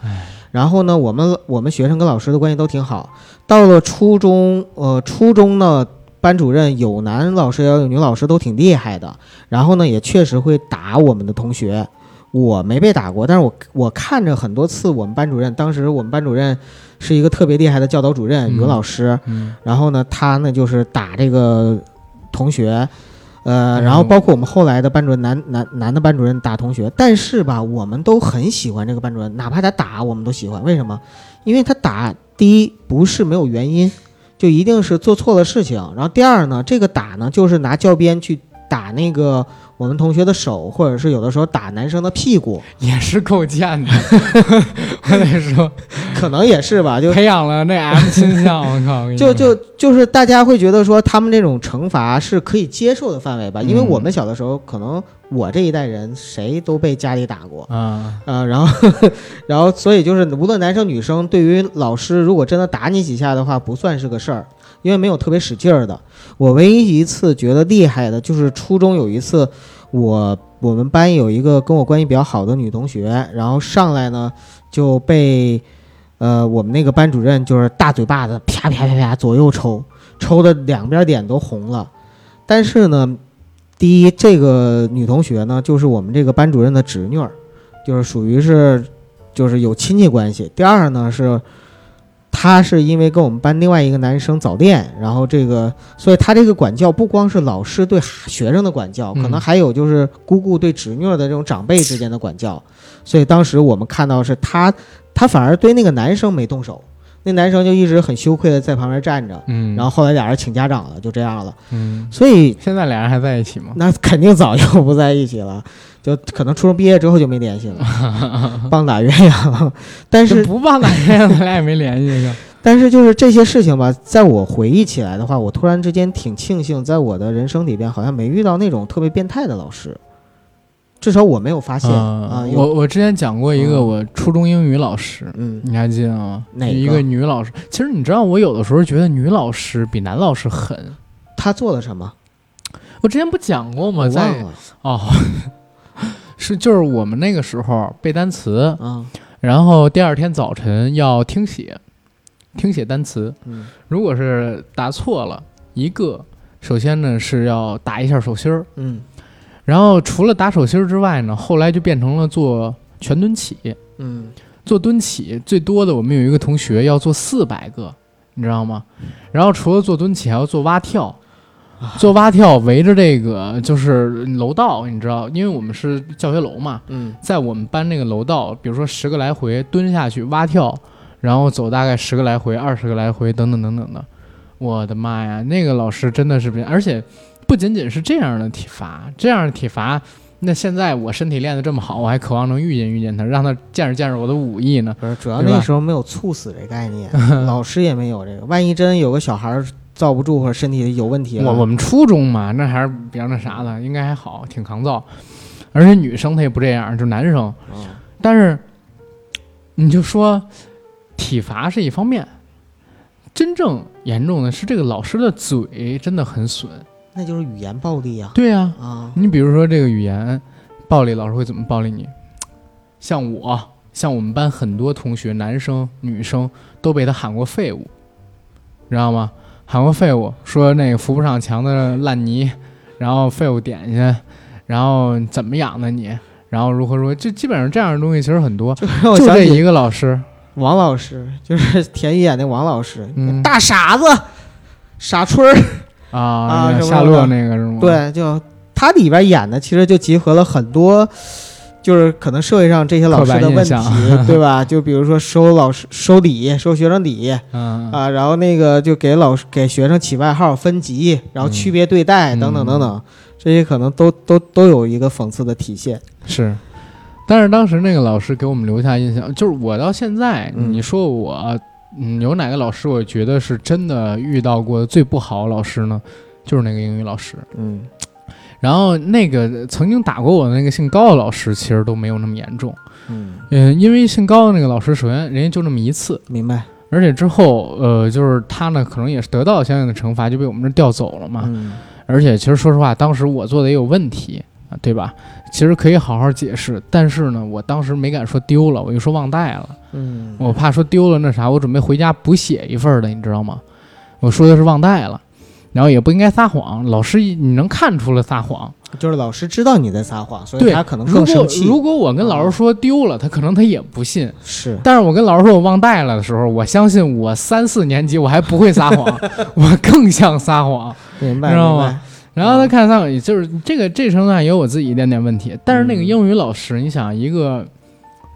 [SPEAKER 3] 然后呢，我们我们学生跟老师的关系都挺好。到了初中，呃，初中呢，班主任有男老师也有女老师，都挺厉害的。然后呢，也确实会打我们的同学。我没被打过，但是我我看着很多次我们班主任，当时我们班主任是一个特别厉害的教导主任，语文
[SPEAKER 1] 嗯
[SPEAKER 3] 老师。
[SPEAKER 1] 嗯，
[SPEAKER 3] 然后呢，他呢就是打这个同学，呃，
[SPEAKER 1] 嗯
[SPEAKER 3] 然后包括我们后来的班主任男男男的班主任打同学，但是吧，我们都很喜欢这个班主任，哪怕他打我们都喜欢，为什么？因为他打第一不是没有原因，就一定是做错了事情，然后第二呢，这个打呢就是拿教鞭去打那个我们同学的手，或者是有的时候打男生的屁股，
[SPEAKER 1] 也是够贱 的。我得说，
[SPEAKER 3] 可能也是吧，就
[SPEAKER 1] 培养了那 M 倾 向，我靠，我跟你
[SPEAKER 3] 就
[SPEAKER 1] 说
[SPEAKER 3] 就就是大家会觉得说他们这种惩罚是可以接受的范围吧，因为
[SPEAKER 1] 嗯
[SPEAKER 3] 我们小的时候，可能我这一代人谁都被家里打过。
[SPEAKER 1] 啊，
[SPEAKER 3] 啊、然后， 然后，所以就是，无论男生女生，对于老师如果真的打你几下的话，不算是个事儿，因为没有特别使劲儿的。我唯一一次觉得厉害的，就是初中有一次，我我们班有一个跟我关系比较好的女同学，然后上来呢就被，呃，我们那个班主任就是大嘴巴子啪啪啪啪左右抽，抽的两边脸都红了。但是呢，第一，这个女同学呢就是我们这个班主任的侄女儿，就是属于是就是有亲戚关系。第二呢是。她是因为跟我们班另外一个男生早恋，然后这个所以他这个管教不光是老师对学生的管教，
[SPEAKER 1] 嗯
[SPEAKER 3] 可能还有就是姑姑对侄女儿的这种长辈之间的管教。所以当时我们看到是他，他反而对那个男生没动手，那男生就一直很羞愧的在旁边站着。
[SPEAKER 1] 嗯，
[SPEAKER 3] 然后后来俩人请家长了，就这样了。
[SPEAKER 1] 嗯，
[SPEAKER 3] 所以
[SPEAKER 1] 现在俩人还在一起吗？
[SPEAKER 3] 那肯定早就不在一起了，就可能初中毕业之后就没联系了， 棒打鸳鸯。但是
[SPEAKER 1] 这不棒打鸳鸯， 咱俩也没联系是吧。
[SPEAKER 3] 但是就是这些事情吧，在我回忆起来的话，我突然之间挺庆幸，在我的人生里边好像没遇到那种特别变态的老师，至少我没有发现啊。
[SPEAKER 1] 嗯
[SPEAKER 3] 有
[SPEAKER 1] 我我之前讲过一个
[SPEAKER 3] 嗯
[SPEAKER 1] 我初中英语老师，
[SPEAKER 3] 嗯
[SPEAKER 1] 你还记得吗？
[SPEAKER 3] 哪个
[SPEAKER 1] 一个女老师。其实你知道，我有的时候觉得女老师比男老师狠。
[SPEAKER 3] 他做了什么？
[SPEAKER 1] 我之前不讲过吗？
[SPEAKER 3] 我忘
[SPEAKER 1] 在
[SPEAKER 3] 了
[SPEAKER 1] 哦， 是就是我们那个时候背单词，
[SPEAKER 3] 啊。
[SPEAKER 1] 然后第二天早晨要听写，听写单词。
[SPEAKER 3] 嗯
[SPEAKER 1] 如果是答错了一个，首先呢是要打一下手心儿，
[SPEAKER 3] 嗯
[SPEAKER 1] 然后除了打手心儿之外呢，后来就变成了做全蹲起。
[SPEAKER 3] 嗯
[SPEAKER 1] 做蹲起最多的，我们有一个同学要做四百个，你知道吗？然后除了做蹲起，还要做蛙跳，做蛙跳围着这个就是楼道，你知道，因为我们是教学楼嘛，
[SPEAKER 3] 嗯，
[SPEAKER 1] 在我们班那个楼道，比如说十个来回蹲下去蛙跳，然后走大概十个来回、二十个来回，等等等等的。我的妈呀，那个老师真的是不行，而且不仅仅是这样的体罚，这样的体罚，那现在我身体练得这么好，我还渴望能遇见遇见他，让他见识见识我的武艺呢。
[SPEAKER 3] 不是，主要
[SPEAKER 1] 对吧
[SPEAKER 3] 那时候没有猝死这 概念，老师也没有这个。万一真有个小孩儿遭不住或者身体有问题了，
[SPEAKER 1] 我我们初中嘛，那还是比较那啥的，应该还好，挺抗造。而且女生她也不这样，就男生。
[SPEAKER 3] 嗯
[SPEAKER 1] 但是你就说体罚是一方面，真正严重的是这个老师的嘴真的很损。
[SPEAKER 3] 那就是语言暴力啊
[SPEAKER 1] 对呀、
[SPEAKER 3] 啊！
[SPEAKER 1] 你比如说这个语言暴力，老师会怎么暴力你？像我，像我们班很多同学，男生、女生都被他喊过废物，知道吗？喊过废物，说那个扶不上墙的烂泥，然后废物点心，然后怎么养的你，然后如何如何，就基本上这样的东西其实很多。
[SPEAKER 3] 让我
[SPEAKER 1] 就
[SPEAKER 3] 想
[SPEAKER 1] 这
[SPEAKER 3] 起
[SPEAKER 1] 一个老师，
[SPEAKER 3] 王老师，就是 田一演那王老师，
[SPEAKER 1] 嗯
[SPEAKER 3] 大傻子，傻春儿，
[SPEAKER 1] 啊，
[SPEAKER 3] 啊
[SPEAKER 1] 那
[SPEAKER 3] 什么
[SPEAKER 1] 夏洛那个是吗？，
[SPEAKER 3] 对，就他里边演的，其实就集合了很多，就是可能社会上这些老师的问题
[SPEAKER 1] 刻板印，
[SPEAKER 3] 对吧？就比如说收老师收礼，收学生礼
[SPEAKER 1] 嗯，
[SPEAKER 3] 啊，然后那个就给老师给学生起外号、分级，然
[SPEAKER 1] 嗯
[SPEAKER 3] 后区别对待等等等等，这些可能都都都有一个讽刺的体现。
[SPEAKER 1] 是。但是当时那个老师给我们留下印象，就是我到现在，
[SPEAKER 3] 嗯
[SPEAKER 1] 你说我，嗯，有哪个老师我觉得是真的遇到过最不好的老师呢？就是那个英语老师。
[SPEAKER 3] 嗯
[SPEAKER 1] 然后那个曾经打过我的那个姓高的老师，其实都没有那么严重。
[SPEAKER 3] 嗯，
[SPEAKER 1] 嗯，因为姓高的那个老师，首先人家就那么一次，
[SPEAKER 3] 明白
[SPEAKER 1] 而且之后，呃，就是他呢，可能也是得到相应的惩罚，就被我们这儿调走了嘛。
[SPEAKER 3] 嗯
[SPEAKER 1] 而且其实说实话，当时我做的也有问题啊，对吧？其实可以好好解释，但是呢，我当时没敢说丢了，我就说忘带了，
[SPEAKER 3] 嗯，
[SPEAKER 1] 我怕说丢了那啥，我准备回家补写一份儿的，你知道吗？我说的是忘带了，然后也不应该撒谎，老师一你能看出了撒谎。
[SPEAKER 3] 就是老师知道你在撒谎，所以
[SPEAKER 1] 对
[SPEAKER 3] 他可能
[SPEAKER 1] 如
[SPEAKER 3] 更
[SPEAKER 1] 果
[SPEAKER 3] 生气。嗯
[SPEAKER 1] 如果我跟老师说丢了，他可能他也不信，
[SPEAKER 3] 是
[SPEAKER 1] 但是我跟老师说我忘带了的时候，我相信我三四年级我还不会撒谎， 我更像撒谎。
[SPEAKER 3] 明白
[SPEAKER 1] 知道
[SPEAKER 3] 明
[SPEAKER 1] 吗
[SPEAKER 3] 白，
[SPEAKER 1] 然后他看上去就是这个这程度上也有我自己一点点问题，但是那个英语老师，你想一个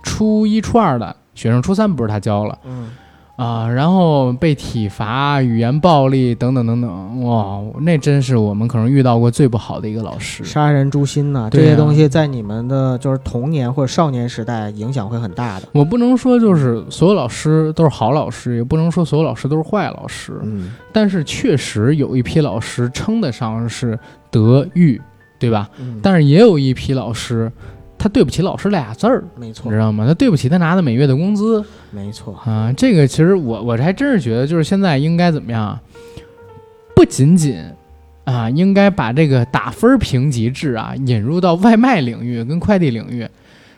[SPEAKER 1] 初一初二的学生，初三不是他教了
[SPEAKER 3] 嗯。
[SPEAKER 1] 啊、然后被体罚、语言暴力等等等等，哇，那真是我们可能遇到过最不好的一个老师。
[SPEAKER 3] 杀人诛心呐、这
[SPEAKER 1] 对
[SPEAKER 3] 些
[SPEAKER 1] 啊
[SPEAKER 3] 东西在你们的就是童年或者少年时代影响会很大的。
[SPEAKER 1] 我不能说就是所有老师都是好老师，也不能说所有老师都是坏老师，
[SPEAKER 3] 嗯
[SPEAKER 1] 但是确实有一批老师称得上是德育，对吧？
[SPEAKER 3] 嗯，
[SPEAKER 1] 但是也有一批老师，他对不起老师俩字儿。
[SPEAKER 3] 没错
[SPEAKER 1] 你知道吗？他对不起他拿的每月的工资
[SPEAKER 3] 没错，
[SPEAKER 1] 啊！这个其实我我还真是觉得，就是现在应该怎么样啊？不仅仅啊，应该把这个打分评级制啊引入到外卖领域跟快递领域。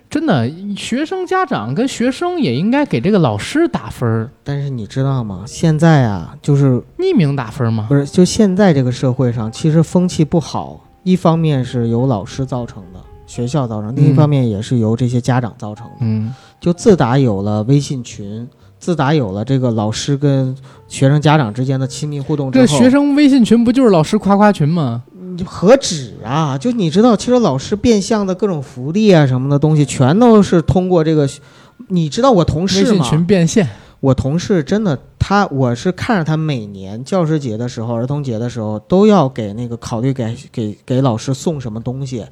[SPEAKER 1] 真的，学生家长跟学生也应该给这个老师打分儿，
[SPEAKER 3] 但是你知道吗？现在啊，就是
[SPEAKER 1] 匿名打分吗
[SPEAKER 3] 不？是就现在这个社会上，其实风气不好，一方面是由老师造成的，学校造成；另一
[SPEAKER 1] 嗯
[SPEAKER 3] 方面也是由这些家长造成的。
[SPEAKER 1] 嗯
[SPEAKER 3] 就自打有了微信群，自打有了这个老师跟学生家长之间的亲密互动之
[SPEAKER 1] 这
[SPEAKER 3] 后，
[SPEAKER 1] 学生微信群不就是老师夸夸群吗？
[SPEAKER 3] 何止啊！就你知道，其实老师变相的各种福利啊什么的东西，全都是通过这个。你知道我同
[SPEAKER 1] 微
[SPEAKER 3] 事
[SPEAKER 1] 信
[SPEAKER 3] 吗？
[SPEAKER 1] 群变现，
[SPEAKER 3] 我同事真的，他我是看着他每年教师节的时候、儿童节的时候，都要给那个考虑给给给老师送什么东西，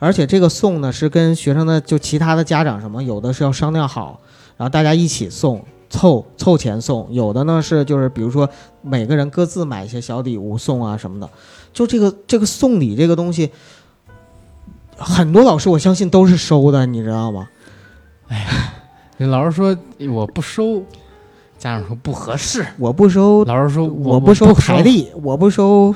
[SPEAKER 3] 而且这个送呢是跟学生的就其他的家长什么，有的是要商量好，然后大家一起送。凑凑钱送，有的呢是就是比如说每个人各自买一些小礼物送啊什么的，就这个这个送礼这个东西，很多老师我相信都是收的，你知道吗？
[SPEAKER 1] 那老师说哎我不收，家长说不合适，
[SPEAKER 3] 我不收
[SPEAKER 1] 老师说
[SPEAKER 3] 我
[SPEAKER 1] 不
[SPEAKER 3] 不收台历，我不收，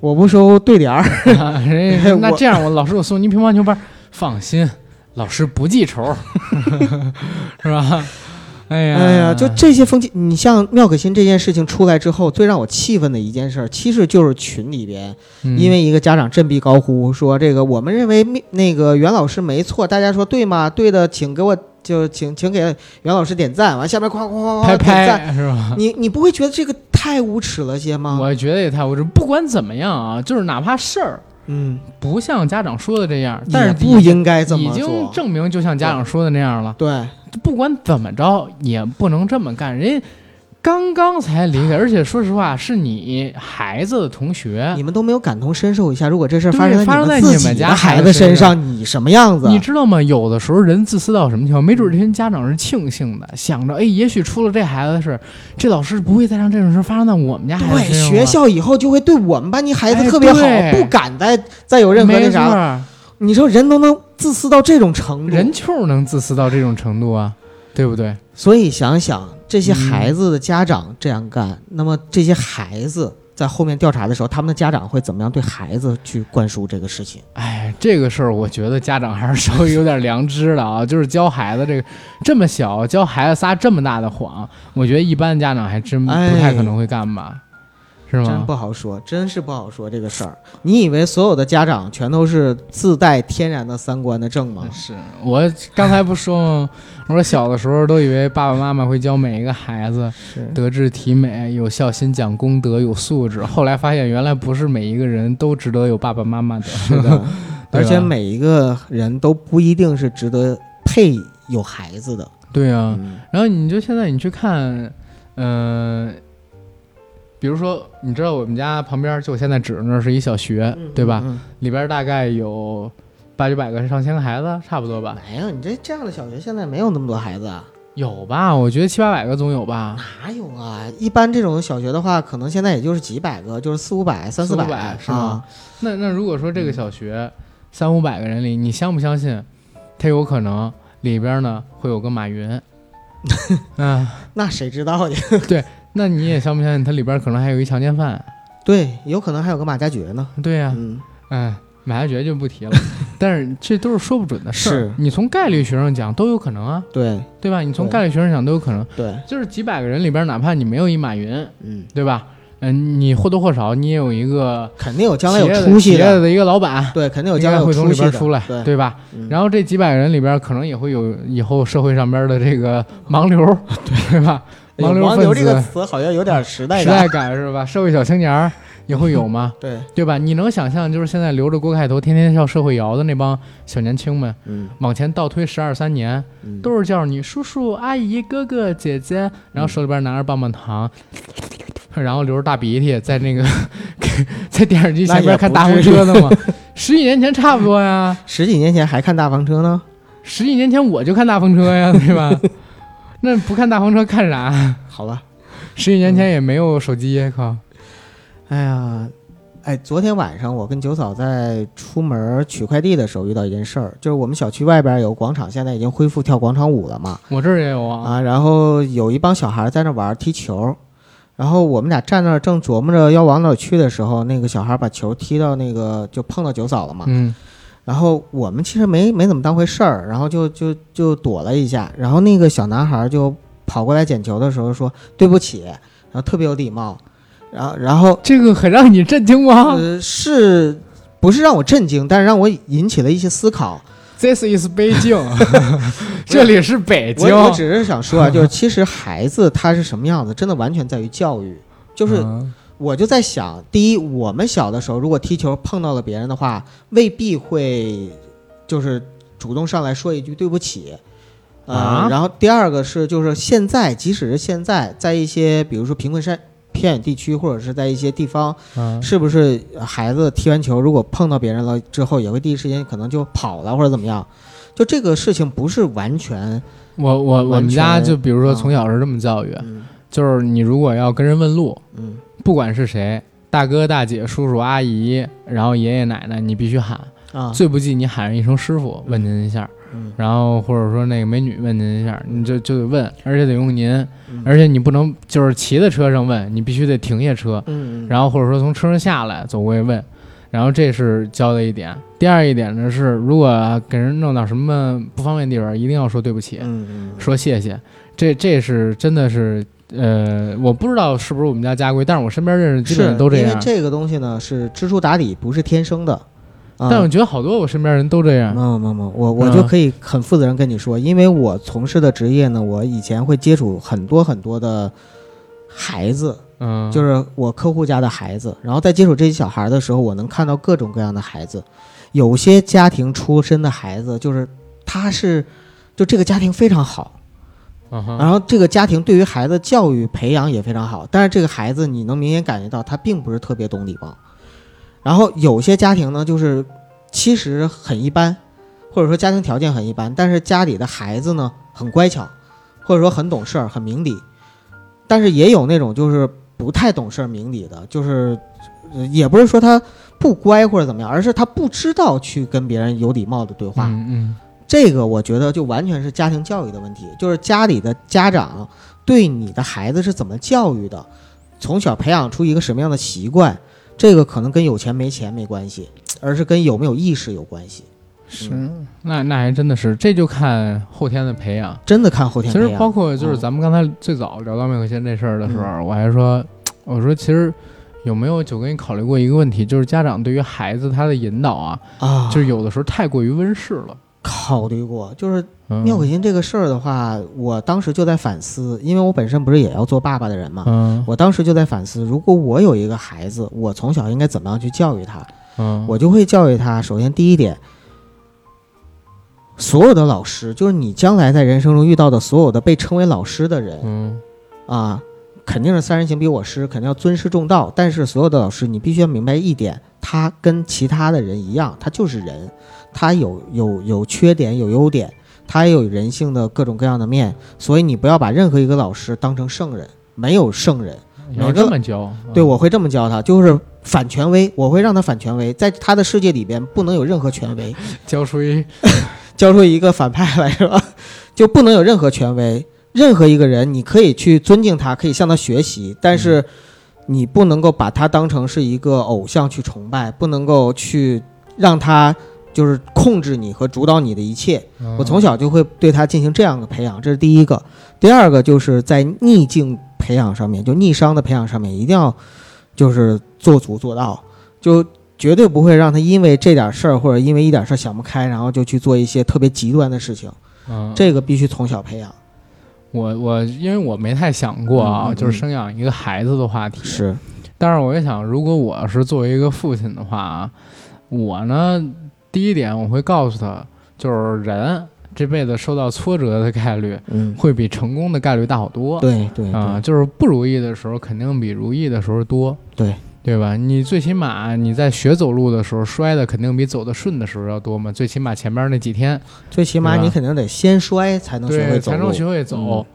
[SPEAKER 3] 我不收对联儿。
[SPEAKER 1] 啊，人家说那这样，我老师我送您乒乓球拍儿，放心，老师不记 仇，是吧？哎呀，
[SPEAKER 3] 哎呀，就这些风气，你像妙可欣这件事情出来之后，最让我气愤的一件事儿，其实就是群里边，
[SPEAKER 1] 嗯
[SPEAKER 3] 因为一个家长振臂高呼说：“这个我们认为密那个袁老师没错。”大家说对吗？对的，请给我就请请给袁老师点赞。完，下面夸夸夸夸夸
[SPEAKER 1] 拍
[SPEAKER 3] 点赞。
[SPEAKER 1] 拍是吧？
[SPEAKER 3] 你你不会觉得这个太无耻了些吗？
[SPEAKER 1] 我觉得也太无知。不管怎么样啊，就是哪怕事儿
[SPEAKER 3] 嗯，
[SPEAKER 1] 不像家长说的这样，但是
[SPEAKER 3] 也不应该这
[SPEAKER 1] 已
[SPEAKER 3] 么
[SPEAKER 1] 经
[SPEAKER 3] 做。
[SPEAKER 1] 证明就像家长说的那样了。
[SPEAKER 3] 对，
[SPEAKER 1] 不管怎么着，也不能这么干。人家刚刚才离开，而且说实话，是你孩子的同学
[SPEAKER 3] 你，们都没有感同身受一下，如果这事儿
[SPEAKER 1] 嗯对
[SPEAKER 3] 发生
[SPEAKER 1] 发生在
[SPEAKER 3] 在
[SPEAKER 1] 你
[SPEAKER 3] 自
[SPEAKER 1] 们
[SPEAKER 3] 己
[SPEAKER 1] 家
[SPEAKER 3] 的
[SPEAKER 1] 孩
[SPEAKER 3] 孩
[SPEAKER 1] 子
[SPEAKER 3] 子身
[SPEAKER 1] 身上
[SPEAKER 3] 上，你什么样子？
[SPEAKER 1] 你知道吗？有的时候人自私到什么情况？没准这些家长是庆幸的，想着，哎，也许出了这孩子的事，这老师不会再让这种事发生在我们家孩子
[SPEAKER 3] 对，
[SPEAKER 1] 身上了。
[SPEAKER 3] 学校以后就会对我们班级孩
[SPEAKER 1] 哎
[SPEAKER 3] 子特别好，
[SPEAKER 1] 对
[SPEAKER 3] 不敢再再有任何
[SPEAKER 1] 没
[SPEAKER 3] 那
[SPEAKER 1] 错
[SPEAKER 3] 啥了。嗯
[SPEAKER 1] 儿，
[SPEAKER 3] 你说人都能自私到这种程度，
[SPEAKER 1] 人就是能自私到这种程度啊，对不对？
[SPEAKER 3] 所以想想这些
[SPEAKER 1] 嗯
[SPEAKER 3] 孩子的家长这样干，那么这些孩子在后面调查的时候，他们的家长会怎么样对孩子去灌输这个事情？
[SPEAKER 1] 哎，这个事儿我觉得家长还是 稍微有点良知的啊，就是教孩子这个这么小教孩子撒这么大的谎，我觉得一般家长还真不
[SPEAKER 3] 哎
[SPEAKER 1] 太可能会干吧，是
[SPEAKER 3] 真
[SPEAKER 1] 吗？
[SPEAKER 3] 不好说，真是不好说这个事儿。你以为所有的家长全都是自带天然的三观的正吗？
[SPEAKER 1] 是我刚才不说吗？我说小的时候都以为爸爸妈妈会教每一个孩子
[SPEAKER 3] 是
[SPEAKER 1] 德智体美、有孝心、讲公德、有素质，后来发现原来不是每一个人都值得有爸爸妈妈的。
[SPEAKER 3] 是的，而且
[SPEAKER 1] 对吧啊
[SPEAKER 3] 每一个人都不一定是值得配有孩子的。
[SPEAKER 1] 对啊，
[SPEAKER 3] 嗯，
[SPEAKER 1] 然后你就现在你去看，嗯、比如说你知道我们家旁边就我现在指着那儿是一小学，对吧？
[SPEAKER 3] 嗯？
[SPEAKER 1] 里边大概有八九百个上千个孩子，差不多吧？
[SPEAKER 3] 没有，哎你这这样的小学现在没有那么多孩子啊。
[SPEAKER 1] 有吧？我觉得七八百个总有吧，
[SPEAKER 3] 哪有啊？一般这种小学的话，可能现在也就是几百个，就是四五百、三
[SPEAKER 1] 四五
[SPEAKER 3] 百，
[SPEAKER 1] 百是吗
[SPEAKER 3] 啊？嗯
[SPEAKER 1] 那那如果说这个小学三五百个人里，你相不相信，它有可能里边呢会有个马 云？嗯、
[SPEAKER 3] 那谁知道呀？
[SPEAKER 1] 那你也相不相信它里边可能还有一强奸犯？
[SPEAKER 3] 对，有可能还有个马加爵呢。
[SPEAKER 1] 对呀、
[SPEAKER 3] 嗯，
[SPEAKER 1] 哎，买下决就不提 了，但是这都是说不准的事儿
[SPEAKER 3] 是。
[SPEAKER 1] 你从概率学上讲都有可能啊，
[SPEAKER 3] 对
[SPEAKER 1] 对吧？你从
[SPEAKER 3] 对
[SPEAKER 1] 概率学上讲都有可能，
[SPEAKER 3] 对，
[SPEAKER 1] 就是几百个人里边，哪怕你没有一马云，
[SPEAKER 3] 嗯，
[SPEAKER 1] 对吧？嗯，你或多或少你也有一个
[SPEAKER 3] 肯定有将来
[SPEAKER 1] 企
[SPEAKER 3] 有
[SPEAKER 1] 业的
[SPEAKER 3] 出息
[SPEAKER 1] 企业
[SPEAKER 3] 的，
[SPEAKER 1] 的一个老板，
[SPEAKER 3] 对，肯定有
[SPEAKER 1] 应
[SPEAKER 3] 呃将来
[SPEAKER 1] 该
[SPEAKER 3] 有
[SPEAKER 1] 会从
[SPEAKER 3] 出
[SPEAKER 1] 里
[SPEAKER 3] 息的
[SPEAKER 1] 边出来，
[SPEAKER 3] 对，
[SPEAKER 1] 对吧？
[SPEAKER 3] 嗯
[SPEAKER 1] 然后这几百个人里边，可能也会有以后社会上边的这个盲流，对吧？
[SPEAKER 3] 哎呦
[SPEAKER 1] 盲流
[SPEAKER 3] 盲
[SPEAKER 1] 分
[SPEAKER 3] 流这个
[SPEAKER 1] 子，
[SPEAKER 3] 词好像有点时代
[SPEAKER 1] 时
[SPEAKER 3] 感
[SPEAKER 1] 代。感是啊吧？社会小青年儿也会有吗？
[SPEAKER 3] 对，
[SPEAKER 1] 对吧？你能想象，就是现在留着锅盖头，天天跳社会摇的那帮小年轻们，
[SPEAKER 3] 嗯，
[SPEAKER 1] 往前倒推十二三年，
[SPEAKER 3] 嗯
[SPEAKER 1] 都是叫你叔叔、阿姨、哥哥、姐姐，然后手里边拿着棒棒糖，然后流着大鼻涕，在那个 在电视机前边看大
[SPEAKER 3] 那
[SPEAKER 1] 风
[SPEAKER 3] 也不至于
[SPEAKER 1] 车呢嘛。十几年前差不多呀，
[SPEAKER 3] 十几年前还看大房车呢，
[SPEAKER 1] 十几年前我就看大风车呀， 对吧？那不看大风车看啥？
[SPEAKER 3] 好吧。
[SPEAKER 1] 十几年前也没有手机，靠！
[SPEAKER 3] 哎呀，哎，昨天晚上我跟九嫂在出门取快递的时候遇到一件事儿，就是我们小区外边有广场，现在已经恢复跳广场舞了嘛。
[SPEAKER 1] 我这儿也有啊，
[SPEAKER 3] 啊，然后有一帮小孩在那玩儿踢球，然后我们俩站那儿正琢磨着要往哪儿去的时候，那个小孩把球踢到那个就碰到九嫂了嘛，
[SPEAKER 1] 嗯，
[SPEAKER 3] 然后我们其实没没怎么当回事儿，然后就就就躲了一下，然后那个小男孩就跑过来捡球的时候说对不起，然后特别有礼貌，然后然后
[SPEAKER 1] 这个很让你震惊吗
[SPEAKER 3] 呃是不是让我震惊，但是让我引起了一些思考，
[SPEAKER 1] ？This is 北京， 这里是北京。
[SPEAKER 3] 我我只是 想说啊，就是其实孩子他是什么样子，真的完全在于教育。就是
[SPEAKER 1] 嗯
[SPEAKER 3] 我就在想，第一，我们小的时候如果踢球碰到了别人的话，未必会就是主动上来说一句对不起。呃，
[SPEAKER 1] 啊
[SPEAKER 3] 然后第二个是，就是现在，即使是现在，在一些比如说贫困山偏远地区，或者是在一些地方，
[SPEAKER 1] 嗯
[SPEAKER 3] 是不是孩子踢完球，如果碰到别人了之后，也会第一时间可能就跑了或者怎么样？就这个事情不是完全，
[SPEAKER 1] 我我我们
[SPEAKER 3] 完
[SPEAKER 1] 家
[SPEAKER 3] 全
[SPEAKER 1] 就比如说
[SPEAKER 3] 啊
[SPEAKER 1] 从小是这么教育，
[SPEAKER 3] 嗯
[SPEAKER 1] 就是你如果要跟人问路，
[SPEAKER 3] 嗯，
[SPEAKER 1] 不管是谁，大哥大姐、叔叔阿姨，然后爷爷奶奶，你必须喊，
[SPEAKER 3] 啊，
[SPEAKER 1] 最不济你喊上一声师傅，问您一下，
[SPEAKER 3] 嗯
[SPEAKER 1] 然后或者说那个美女问您一下，你就就得问，而且得用您，
[SPEAKER 3] 嗯
[SPEAKER 1] 而且你不能就是骑在车上问，你必须得停下车，
[SPEAKER 3] 嗯，
[SPEAKER 1] 然后或者说从车上下来走过去问，然后这是教的一点。第二一点呢是，如果给人弄到什么不方便的地方，一定要说对不起，
[SPEAKER 3] 嗯嗯，
[SPEAKER 1] 说谢谢。这这是真的是，呃，我不知道是不是我们家家规，但是我身边认识基本上
[SPEAKER 3] 是
[SPEAKER 1] 都这
[SPEAKER 3] 因
[SPEAKER 1] 样
[SPEAKER 3] 为。这个东西呢是知书达理，不是天生的。啊、
[SPEAKER 1] 但我觉得好多我身边人都这样。
[SPEAKER 3] 没有没有没有，我我就
[SPEAKER 1] 嗯
[SPEAKER 3] 可以很负责任跟你说，因为我从事的职业呢，我以前会接触很多很多的孩子，
[SPEAKER 1] 嗯，
[SPEAKER 3] 就是是我客户家的孩子。然后在接触这些小孩的时候，我能看到各种各样的孩子，有些家庭出身的孩子，就是他是就这个家庭非常好，
[SPEAKER 1] 嗯哼
[SPEAKER 3] 然后这个家庭对于孩子教育培养也非常好，但是这个孩子你能明显感觉到他并不是特别懂礼貌。然后有些家庭呢，就是其实很一般，或者说家庭条件很一般，但是家里的孩子呢很乖巧，或者说很懂事儿、很明理。但是也有那种就是不太懂事儿、明理的，就是呃也不是说他不乖或者怎么样，而是他不知道去跟别人有礼貌的对话。
[SPEAKER 1] 嗯
[SPEAKER 3] 这个我觉得就完全是家庭教育的问题，就是家里的家长对你的孩子是怎么教育的，从小培养出一个什么样的习惯，这个可能跟有钱没钱没关系，而是跟有没有意识有关系。
[SPEAKER 1] 是，那那还真的是，这就看后天的培养。
[SPEAKER 3] 真的看后天
[SPEAKER 1] 其
[SPEAKER 3] 培
[SPEAKER 1] 实
[SPEAKER 3] 养，
[SPEAKER 1] 包括就是
[SPEAKER 3] 嗯
[SPEAKER 1] 咱们刚才最早聊到麦克先这事儿的时候，我还说，我说其实有没有九哥你考虑过一个问题，就是家长对于孩子他的引导啊，
[SPEAKER 3] 啊，
[SPEAKER 1] 就是有的时候太过于温室了。
[SPEAKER 3] 考虑过，就是
[SPEAKER 1] 嗯
[SPEAKER 3] 妙可欣这个事儿的话，我当时就在反思，因为我本身不是也要做爸爸的人嘛。
[SPEAKER 1] 嗯
[SPEAKER 3] 我当时就在反思，如果我有一个孩子，我从小应该怎么样去教育他？
[SPEAKER 1] 嗯，
[SPEAKER 3] 我就会教育他。首先，第一点，所有的老师，就是你将来在人生中遇到的所有的被称为老师的人
[SPEAKER 1] 嗯
[SPEAKER 3] 啊，肯定是三人行必有我师，肯定要尊师重道。但是，所有的老师，你必须要明白一点，他跟其他的人一样，他就是人，他有有有缺点，有优点，他也有人性的各种各样的面。所以，你不要把任何一个老师当成圣人，没有圣人。
[SPEAKER 1] 你要
[SPEAKER 3] 每个
[SPEAKER 1] 这么教，啊
[SPEAKER 3] 对，我会这么教他，就是反权威，我会让他反权威，在他的世界里边不能有任何权威，
[SPEAKER 1] 教出一
[SPEAKER 3] 教出一个反派来是吧？ 就不能有任何权威，任何一个人你可以去尊敬他，可以向他学习，但是你不能够把他当成是一个偶像去崇拜，不能够去让他就是控制你和主导你的一切。
[SPEAKER 1] 嗯
[SPEAKER 3] 我从小就会对他进行这样的培养，这是第一个。第二个就是在逆境培养上面，就逆商的培养上面，一定要就是做足做到，就绝对不会让他因为这点事儿或者因为一点事儿想不开，然后就去做一些特别极端的事情。
[SPEAKER 1] 嗯
[SPEAKER 3] 这个必须从小培养。
[SPEAKER 1] 我我因为我没太想过啊，
[SPEAKER 3] 嗯嗯嗯
[SPEAKER 1] 就是生养一个孩子的话题。，
[SPEAKER 3] 是，
[SPEAKER 1] 但是我也想，如果我是作为一个父亲的话啊，我呢，第一点我会告诉他，就是人这辈子受到挫折的概率
[SPEAKER 3] 嗯，
[SPEAKER 1] 会比成功的概率大好多。
[SPEAKER 3] 对对
[SPEAKER 1] 啊、
[SPEAKER 3] 对，
[SPEAKER 1] 就是不如意的时候肯定比如意的时候多。
[SPEAKER 3] 对。
[SPEAKER 1] 对吧？你最起码你在学走路的时候摔的肯定比走的顺的时候要多嘛，最起码前面那几天
[SPEAKER 3] 最起码
[SPEAKER 1] 对吧
[SPEAKER 3] 你肯定得先摔才能学
[SPEAKER 1] 对，
[SPEAKER 3] 会走
[SPEAKER 1] 才能
[SPEAKER 3] 路。
[SPEAKER 1] 学会走。
[SPEAKER 3] 嗯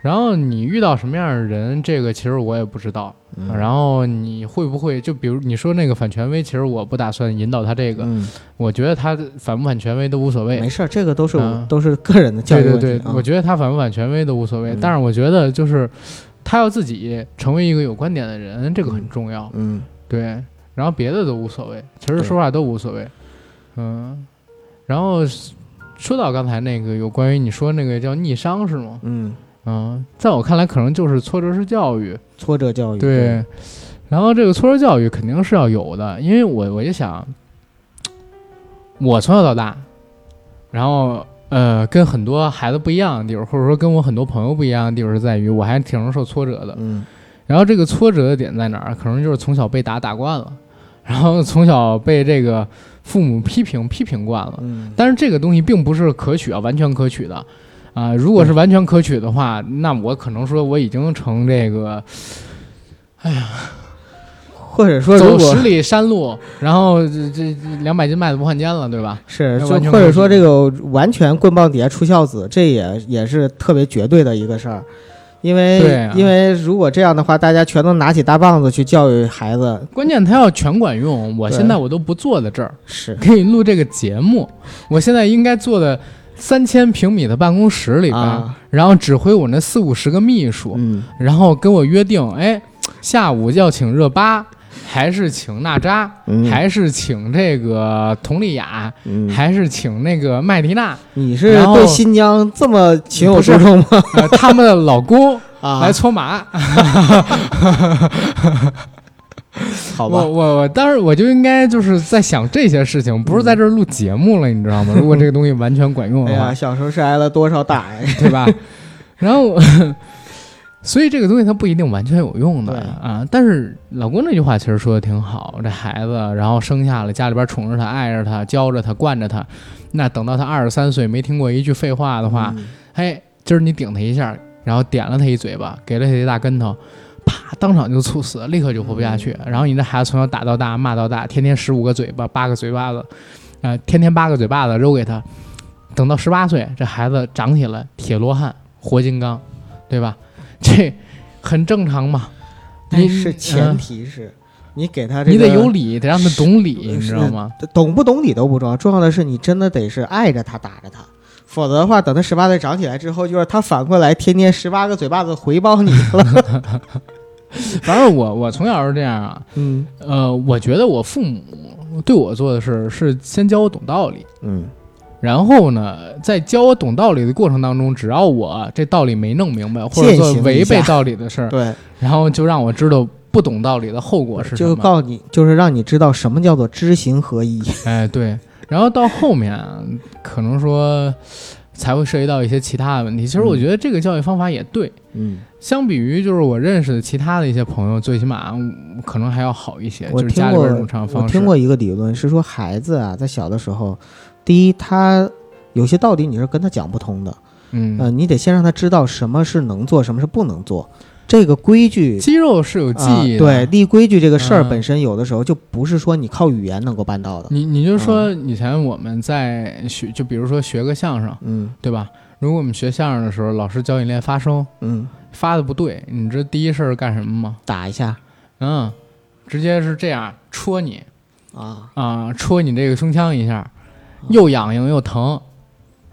[SPEAKER 1] 然后你遇到什么样的人，这个其实我也不知道。
[SPEAKER 3] 嗯
[SPEAKER 1] 然后你会不会就比如你说那个反权威，其实我不打算引导他这个，
[SPEAKER 3] 嗯，
[SPEAKER 1] 我觉得他反不反权威都无所谓
[SPEAKER 3] 没。事儿，这个都是我、
[SPEAKER 1] 啊
[SPEAKER 3] 都是个人的教
[SPEAKER 1] 对
[SPEAKER 3] 育问
[SPEAKER 1] 对
[SPEAKER 3] 题
[SPEAKER 1] 对，
[SPEAKER 3] 啊
[SPEAKER 1] 我觉得他反不反权威都无所谓。
[SPEAKER 3] 嗯
[SPEAKER 1] 但是我觉得就是他要自己成为一个有观点的人，这个很重要。
[SPEAKER 3] 嗯，
[SPEAKER 1] 对，然后别的都无所谓，其实
[SPEAKER 3] 对
[SPEAKER 1] 说话都无所谓。嗯，然后说到刚才那个有关于你说那个叫逆商是吗？
[SPEAKER 3] 嗯，
[SPEAKER 1] 嗯，在我看来，可能就是挫折式教育。
[SPEAKER 3] 挫折教育。
[SPEAKER 1] 对，然后这个挫折教育肯定是要有的，因为我我就想，我从小到大，然后呃，跟很多孩子不一样的地方，或者说跟我很多朋友不一样的地方是在于，我还挺能受挫折的。
[SPEAKER 3] 嗯，
[SPEAKER 1] 然后这个挫折的点在哪儿？可能就是从小被打打惯了， 然后从小被这个父母批评批评惯了。
[SPEAKER 3] 嗯
[SPEAKER 1] 但是这个东西并不是可取啊，完全可取的，啊、如果是完全可取的话，那我可能说我已经成这个
[SPEAKER 3] 或者说如
[SPEAKER 1] 走
[SPEAKER 3] 果
[SPEAKER 1] 十里山路，然后这这两百斤麦子不换肩了，对吧？
[SPEAKER 3] 是，
[SPEAKER 1] 那
[SPEAKER 3] 就
[SPEAKER 1] 完全
[SPEAKER 3] 或
[SPEAKER 1] 可以
[SPEAKER 3] 者说这个完全棍棒底下出孝子，这也也是特别绝对的一个事儿，因
[SPEAKER 1] 对
[SPEAKER 3] 为、
[SPEAKER 1] 啊
[SPEAKER 3] 因为如果这样的话，大家全都拿起大棒子去教育孩子，
[SPEAKER 1] 关键它要全管用，我
[SPEAKER 3] 对
[SPEAKER 1] 现在我都不坐在这儿，
[SPEAKER 3] 是
[SPEAKER 1] 可以录这个节目。我现在应该坐在三千平米的办公室里边，
[SPEAKER 3] 啊，
[SPEAKER 1] 然后指挥我那四五十个秘书，
[SPEAKER 3] 嗯，
[SPEAKER 1] 然后跟我约定，哎，下午要请热巴，还是请娜扎，
[SPEAKER 3] 嗯
[SPEAKER 1] 还是请这个佟丽娅，
[SPEAKER 3] 嗯
[SPEAKER 1] 还是请那个麦迪娜，
[SPEAKER 3] 你是
[SPEAKER 1] 然后
[SPEAKER 3] 对新疆这么情有 独钟吗？
[SPEAKER 1] 呃，他们的老公
[SPEAKER 3] 啊，
[SPEAKER 1] 来搓麻。
[SPEAKER 3] 好
[SPEAKER 1] 我
[SPEAKER 3] 吧，
[SPEAKER 1] 我我当时我就应该就是在想这些事情，不是在这儿录节目了，你知道吗？如果这个东西完全管用
[SPEAKER 3] 哎
[SPEAKER 1] 的话
[SPEAKER 3] 呀，，小时候是挨了多少打呀？
[SPEAKER 1] 对吧？然后， 所以这个东西它不一定完全有用的
[SPEAKER 3] 对
[SPEAKER 1] 啊。但是老公这句话其实说的挺好，这孩子然后生下了，家里边宠着他、爱着他、教着他、惯着他，那等到他二十三岁没听过一句废话的话，
[SPEAKER 3] 嗯
[SPEAKER 1] 嘿，今儿你顶他一下，然后点了他一嘴巴，给了他一大跟头，啪，当场就猝死，立刻就活不下去。
[SPEAKER 3] 嗯
[SPEAKER 1] 然后你这孩子从小打到大，骂到大，天天十五个嘴巴，八个嘴巴子，啊、天天八个嘴巴子揉给他。等到十八岁，这孩子长起来，铁罗汉、活金刚，对吧？ 这很正常嘛。
[SPEAKER 3] 但
[SPEAKER 1] 你
[SPEAKER 3] 哎是
[SPEAKER 1] 嗯
[SPEAKER 3] 前提是你给他这
[SPEAKER 1] 你
[SPEAKER 3] 个，
[SPEAKER 1] 得有理，得让他懂理，你知
[SPEAKER 3] 是
[SPEAKER 1] 道吗？
[SPEAKER 3] 懂不懂理都不重要，重要的是你真的得是爱着他，打着他。否则的话，等他十八岁长起来之后，就是他反过来天天十八个嘴巴子回 报你了。
[SPEAKER 1] 反正我我从小是这样啊。
[SPEAKER 3] 嗯
[SPEAKER 1] 呃，我觉得我父母对我做的事是先教我懂道理，
[SPEAKER 3] 嗯，
[SPEAKER 1] 然后呢，在教我懂道理的过程当中，只要我这道理没弄明白，或者
[SPEAKER 3] 践
[SPEAKER 1] 做
[SPEAKER 3] 行一
[SPEAKER 1] 违背
[SPEAKER 3] 下
[SPEAKER 1] 道理的事儿，
[SPEAKER 3] 对，
[SPEAKER 1] 然后就让我知道不懂道理的后果是什
[SPEAKER 3] 就
[SPEAKER 1] 么。
[SPEAKER 3] 是告诉你，就是让你知道什么叫做知行合一。
[SPEAKER 1] 哎，对。然后到后面啊可能说才会涉及到一些其他的问题。其实我
[SPEAKER 3] 嗯
[SPEAKER 1] 觉得这个教育方法也对，
[SPEAKER 3] 嗯，
[SPEAKER 1] 相比于就是我认识的其他的一些朋友，最起码嗯可能还要好一些，
[SPEAKER 3] 我
[SPEAKER 1] 就是
[SPEAKER 3] 听
[SPEAKER 1] 家里
[SPEAKER 3] 过
[SPEAKER 1] 边儿正常的，
[SPEAKER 3] 我
[SPEAKER 1] 方式。
[SPEAKER 3] 听过一个理论是说，孩子啊，在小的时候，第一，他有些道理你是跟他讲不通的，呃，
[SPEAKER 1] 嗯，
[SPEAKER 3] 你得先让他知道什么是能做，什么是不能做，这个规矩。
[SPEAKER 1] 肌肉是有记
[SPEAKER 3] 啊
[SPEAKER 1] 忆的。
[SPEAKER 3] 对，立规矩这个事儿
[SPEAKER 1] 嗯
[SPEAKER 3] 本身，有的时候就不是说你靠语言能够办到的。
[SPEAKER 1] 你你就说以前我们在学，就比如说学个相声。
[SPEAKER 3] 嗯
[SPEAKER 1] 对吧？如果我们学相声的时候，老师教你练发声，
[SPEAKER 3] 嗯，
[SPEAKER 1] 发的不对，你知道第一事儿干什么吗？
[SPEAKER 3] 打一下
[SPEAKER 1] 嗯，直接是这样戳你
[SPEAKER 3] 啊，
[SPEAKER 1] 啊、戳你这个胸腔一下，又痒痒又疼，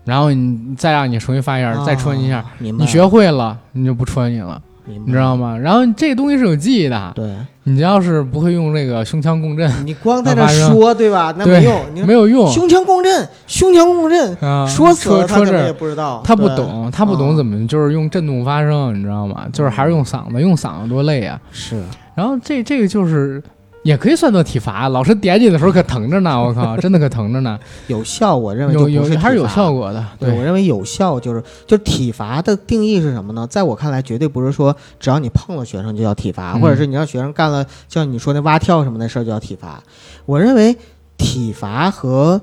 [SPEAKER 1] 然后你再让你重新发一下，再戳你一下，
[SPEAKER 3] 啊，明白嗯
[SPEAKER 1] 你
[SPEAKER 3] 了？
[SPEAKER 1] 学会了，你就不戳你了，
[SPEAKER 3] 明白
[SPEAKER 1] 你知道
[SPEAKER 3] 吗？
[SPEAKER 1] 吗？然后这东西是有记忆的，
[SPEAKER 3] 对，
[SPEAKER 1] 你要是不会用这个胸腔共振，
[SPEAKER 3] 你光在那
[SPEAKER 1] 发声
[SPEAKER 3] 说对吧？那
[SPEAKER 1] 对
[SPEAKER 3] 没用，你说
[SPEAKER 1] 没有用
[SPEAKER 3] 胸腔共振，胸腔共振，
[SPEAKER 1] 啊，
[SPEAKER 3] 说死
[SPEAKER 1] 戳
[SPEAKER 3] 了他
[SPEAKER 1] 戳
[SPEAKER 3] 可
[SPEAKER 1] 这
[SPEAKER 3] 能也
[SPEAKER 1] 儿。
[SPEAKER 3] 不知道，
[SPEAKER 1] 他不
[SPEAKER 3] 对，
[SPEAKER 1] 懂，他不懂
[SPEAKER 3] 嗯
[SPEAKER 1] 怎么就是用震动发声，你知道吗？就是还是用嗓子，用嗓子多累啊！
[SPEAKER 3] 是
[SPEAKER 1] 然后这这个就是也可以算作体罚，老师点你的时候可疼着呢，我靠，真的可疼着 呢，
[SPEAKER 3] 有效，我认为
[SPEAKER 1] 有
[SPEAKER 3] 就不
[SPEAKER 1] 有
[SPEAKER 3] 是
[SPEAKER 1] 还是
[SPEAKER 3] 体
[SPEAKER 1] 有
[SPEAKER 3] 罚
[SPEAKER 1] 效。果的，
[SPEAKER 3] 对，我
[SPEAKER 1] 对
[SPEAKER 3] 认为有效就是就是体罚的定义是什么呢？在我看来，绝对不是说只要你碰了学生就叫体罚，
[SPEAKER 1] 嗯
[SPEAKER 3] 或者是你让学生干了像你说那蛙跳什么的事儿就叫体罚。我认为体罚和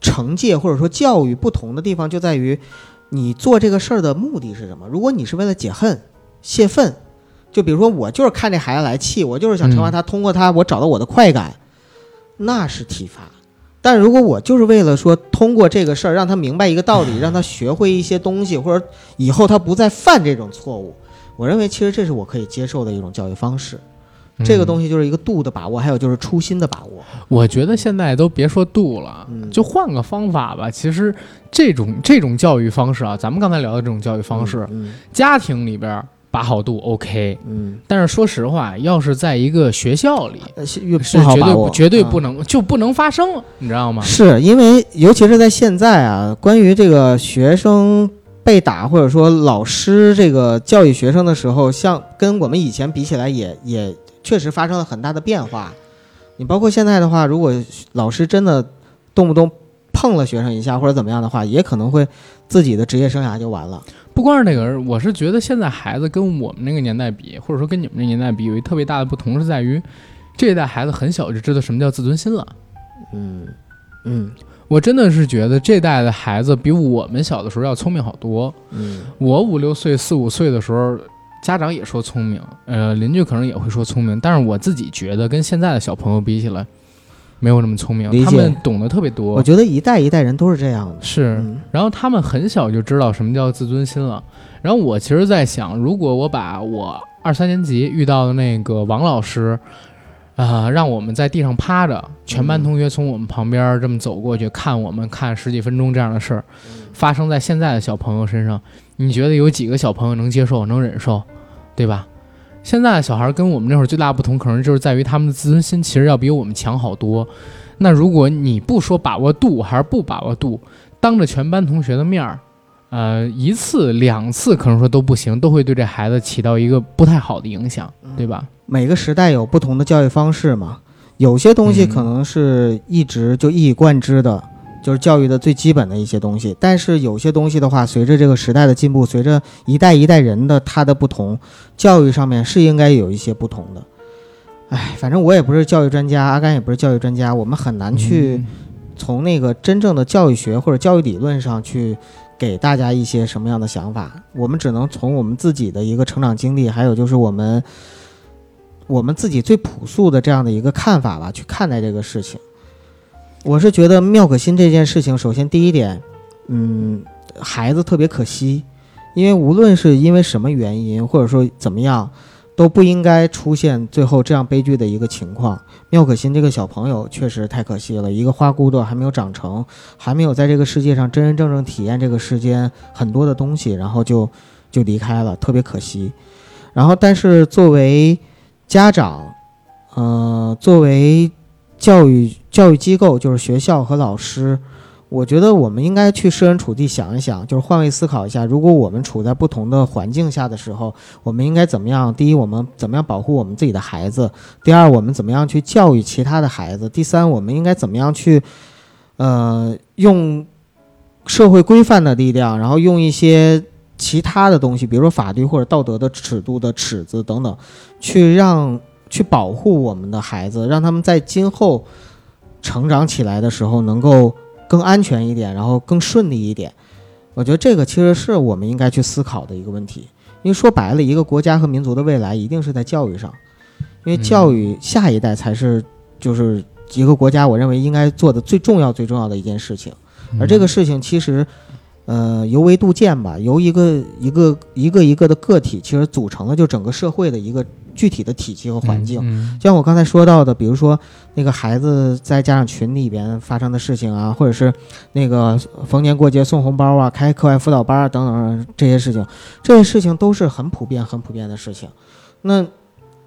[SPEAKER 3] 惩戒或者说教育不同的地方就在于，你做这个事儿的目的是什么？如果你是为了解恨、泄愤，就比如说我就是看这孩子来气，我就是想惩罚他，通过他我找到我的快感，那是体罚。但如果我就是为了说通过这个事儿让他明白一个道理，让他学会一些东西，或者以后他不再犯这种错误，我认为其实这是我可以接受的一种教育方式。这个东
[SPEAKER 1] 西、
[SPEAKER 3] 西就是一个度的把握，还有就是初心的把握。
[SPEAKER 1] 我觉得现在都别说度了，
[SPEAKER 3] 嗯
[SPEAKER 1] 就换个方法吧。其实这种这种教育方式啊，咱们刚才聊的这种教育方式，
[SPEAKER 3] 嗯
[SPEAKER 1] 家庭里边把好度 OK，
[SPEAKER 3] 嗯，
[SPEAKER 1] 但是说实话，要是在一个学校里，
[SPEAKER 3] 呃是越
[SPEAKER 1] 是
[SPEAKER 3] 不好
[SPEAKER 1] 绝对
[SPEAKER 3] 把
[SPEAKER 1] 不
[SPEAKER 3] 握，嗯
[SPEAKER 1] 绝对
[SPEAKER 3] 啊
[SPEAKER 1] 不能、就不能发生了，你知道吗？
[SPEAKER 3] 是因为，尤其是在现在啊，关于这个学生被打，或者说老师这个教育学生的时候，像跟我们以前比起来也，也确实发生了很大的变化。你包括现在的话，如果老师真的动不动碰了学生一下或者怎么样的话，也可能会自己的职业生涯就完了。
[SPEAKER 1] 不光是那个，我是觉得现在孩子跟我们那个年代比，或者说跟你们那年代比，有一特别大的不同是在于，这一代孩子很小就知道什么叫自尊心了。
[SPEAKER 3] 嗯嗯
[SPEAKER 1] 我真的是觉得这代的孩子比我们小的时候要聪明好多。
[SPEAKER 3] 嗯
[SPEAKER 1] 我五六岁、四五岁的时候，家长也说聪明，呃，邻居可能也会说聪明，但是我自己觉得跟现在的小朋友比起来，没有那么聪明
[SPEAKER 3] 理，解
[SPEAKER 1] 他们懂得特别多
[SPEAKER 3] 我。觉得一代一代人都是这样的。
[SPEAKER 1] 是，
[SPEAKER 3] 嗯
[SPEAKER 1] 然后他们很小就知道什么叫自尊心了。然后我其实在想，如果我把我二三年级遇到的那个王老师，啊、让我们在地上趴着，全班
[SPEAKER 3] 嗯
[SPEAKER 1] 同学从我们旁边这么走过去，看我们看十几分钟这样的事儿，发生在现在的小朋友身上，你觉得有几个小朋友能接受、能忍受，对吧？现在的小孩跟我们那会儿最大不同，可能就是在于他们的自尊心其实要比我们强好多。那如果你不说把握度，还是不把握度，当着全班同学的面儿，呃，一次两次可能说都不行，都会对这孩子起到一个不太好的影响，
[SPEAKER 3] 嗯
[SPEAKER 1] 对吧？
[SPEAKER 3] 每个时代有不同的教育方式嘛，有些东西
[SPEAKER 1] 嗯
[SPEAKER 3] 可能是一直就一以贯之的，就是教育的最基本的一些东西。但是有些东西的话，随着这个时代的进步，随着一代一代人的他的不同，教育上面是应该有一些不同的。哎，反正我也不是教育专家，阿甘也不是教育专家，我们很难
[SPEAKER 1] 嗯
[SPEAKER 3] 去从那个真正的教育学或者教育理论上去给大家一些什么样的想法。我们只能从我们自己的一个成长经历，还有就是我们我们自己最朴素的这样的一个看法吧，去看待这个事情。我是觉得妙可欣这件事情，首先第一点，嗯，孩子特别可惜，因为无论是因为什么原因，或者说怎么样，都不应该出现最后这样悲剧的一个情况。妙可欣这个小朋友确实太可惜了，一个花骨朵还没有长成，还没有在这个世界上真真正正体验这个世间很多的东西，然后就就离开了，特别可惜。然后，但是作为家长，呃，作为教育教育机构，就是学校和老师，我觉得我们应该去设身处地想一想，就是换位思考一下，如果我们处在不同的环境下的时候，我们应该怎么样？第一，我们怎么样保护我们自己的孩子？第二，我们怎么样去教育其他的孩子？第三，我们应该怎么样去，呃，用社会规范的力量，然后用一些其他的东西，比如说法律或者道德的尺度的尺子等等，去让去保护我们的孩子，让他们在今后成长起来的时候能够更安全一点，然后更顺利一点。我觉得这个其实是我们应该去思考的一个问题，因为说白了，一个国家和民族的未来一定是在教育上，因为教育下一代才是就是一个国家我认为应该做的最重要最重要的一件事情。
[SPEAKER 1] 嗯
[SPEAKER 3] 而这个事情其实，呃，由微杜渐吧，由一个一个一个一个的个体，其实组成了就整个社会的一个具体的体系和环境。
[SPEAKER 1] 嗯
[SPEAKER 3] 就像我刚才说到的，比如说那个孩子在家长群里边发生的事情啊，或者是那个逢年过节送红包啊、开课外辅导班啊等等这些事情，这些事情都是很普遍、很普遍的事情。那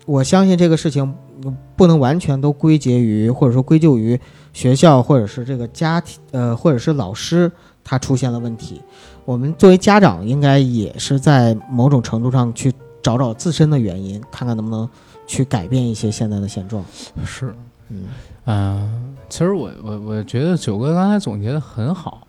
[SPEAKER 3] 我相信这个事情嗯不能完全都归结于或者说归咎于学校或者是这个家庭呃或者是老师他出现了问题。我们作为家长，应该也是在某种程度上去找找自身的原因，看看能不能去改变一些现在的现状。
[SPEAKER 1] 嗯是，
[SPEAKER 3] 嗯，
[SPEAKER 1] 嗯，其实我我我觉得九哥刚才总结的很好，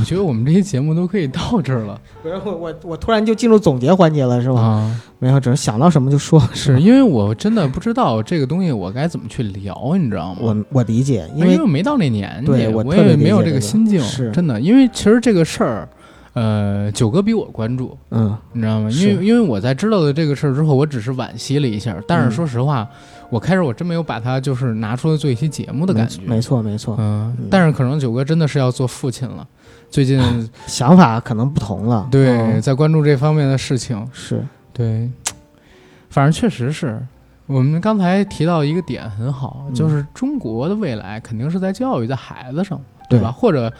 [SPEAKER 1] 我觉得我们这期节目都可以到这儿了
[SPEAKER 3] 不是我我我突然就进入总结环节 了是吧？
[SPEAKER 1] 啊。
[SPEAKER 3] 没有，只是想到什么就说。
[SPEAKER 1] 是因为我真的不知道这个东西我该怎么去聊，你知道吗？哎
[SPEAKER 3] 我我理解，因
[SPEAKER 1] 因
[SPEAKER 3] 为
[SPEAKER 1] 为没到那年纪，
[SPEAKER 3] 对我
[SPEAKER 1] 我
[SPEAKER 3] 特别
[SPEAKER 1] 也
[SPEAKER 3] 理
[SPEAKER 1] 没有这
[SPEAKER 3] 解这
[SPEAKER 1] 个
[SPEAKER 3] 个
[SPEAKER 1] 心境，
[SPEAKER 3] 是
[SPEAKER 1] 真的。因为其实这个事儿，呃，九哥比我关注，
[SPEAKER 3] 嗯
[SPEAKER 1] 你知道吗？因
[SPEAKER 3] 是
[SPEAKER 1] 为因为我在知道了这个事儿之后，我只是惋惜了一下，但
[SPEAKER 3] 嗯
[SPEAKER 1] 是说实话，我开始我真没有把它就是拿出来做一期节目的
[SPEAKER 3] 没
[SPEAKER 1] 感
[SPEAKER 3] 错
[SPEAKER 1] 觉，
[SPEAKER 3] 没错没错，
[SPEAKER 1] 嗯
[SPEAKER 3] 嗯，
[SPEAKER 1] 但是可能九哥真的是要做父亲 了，最近
[SPEAKER 3] 想法可能不同了。
[SPEAKER 1] 对
[SPEAKER 3] 嗯
[SPEAKER 1] 在关注这方面的事情，
[SPEAKER 3] 是嗯
[SPEAKER 1] 对，反正确实是。我们刚才提到一个点很好，
[SPEAKER 3] 嗯
[SPEAKER 1] 就是中国的未来肯定是在教育在孩子上，对吧？？或者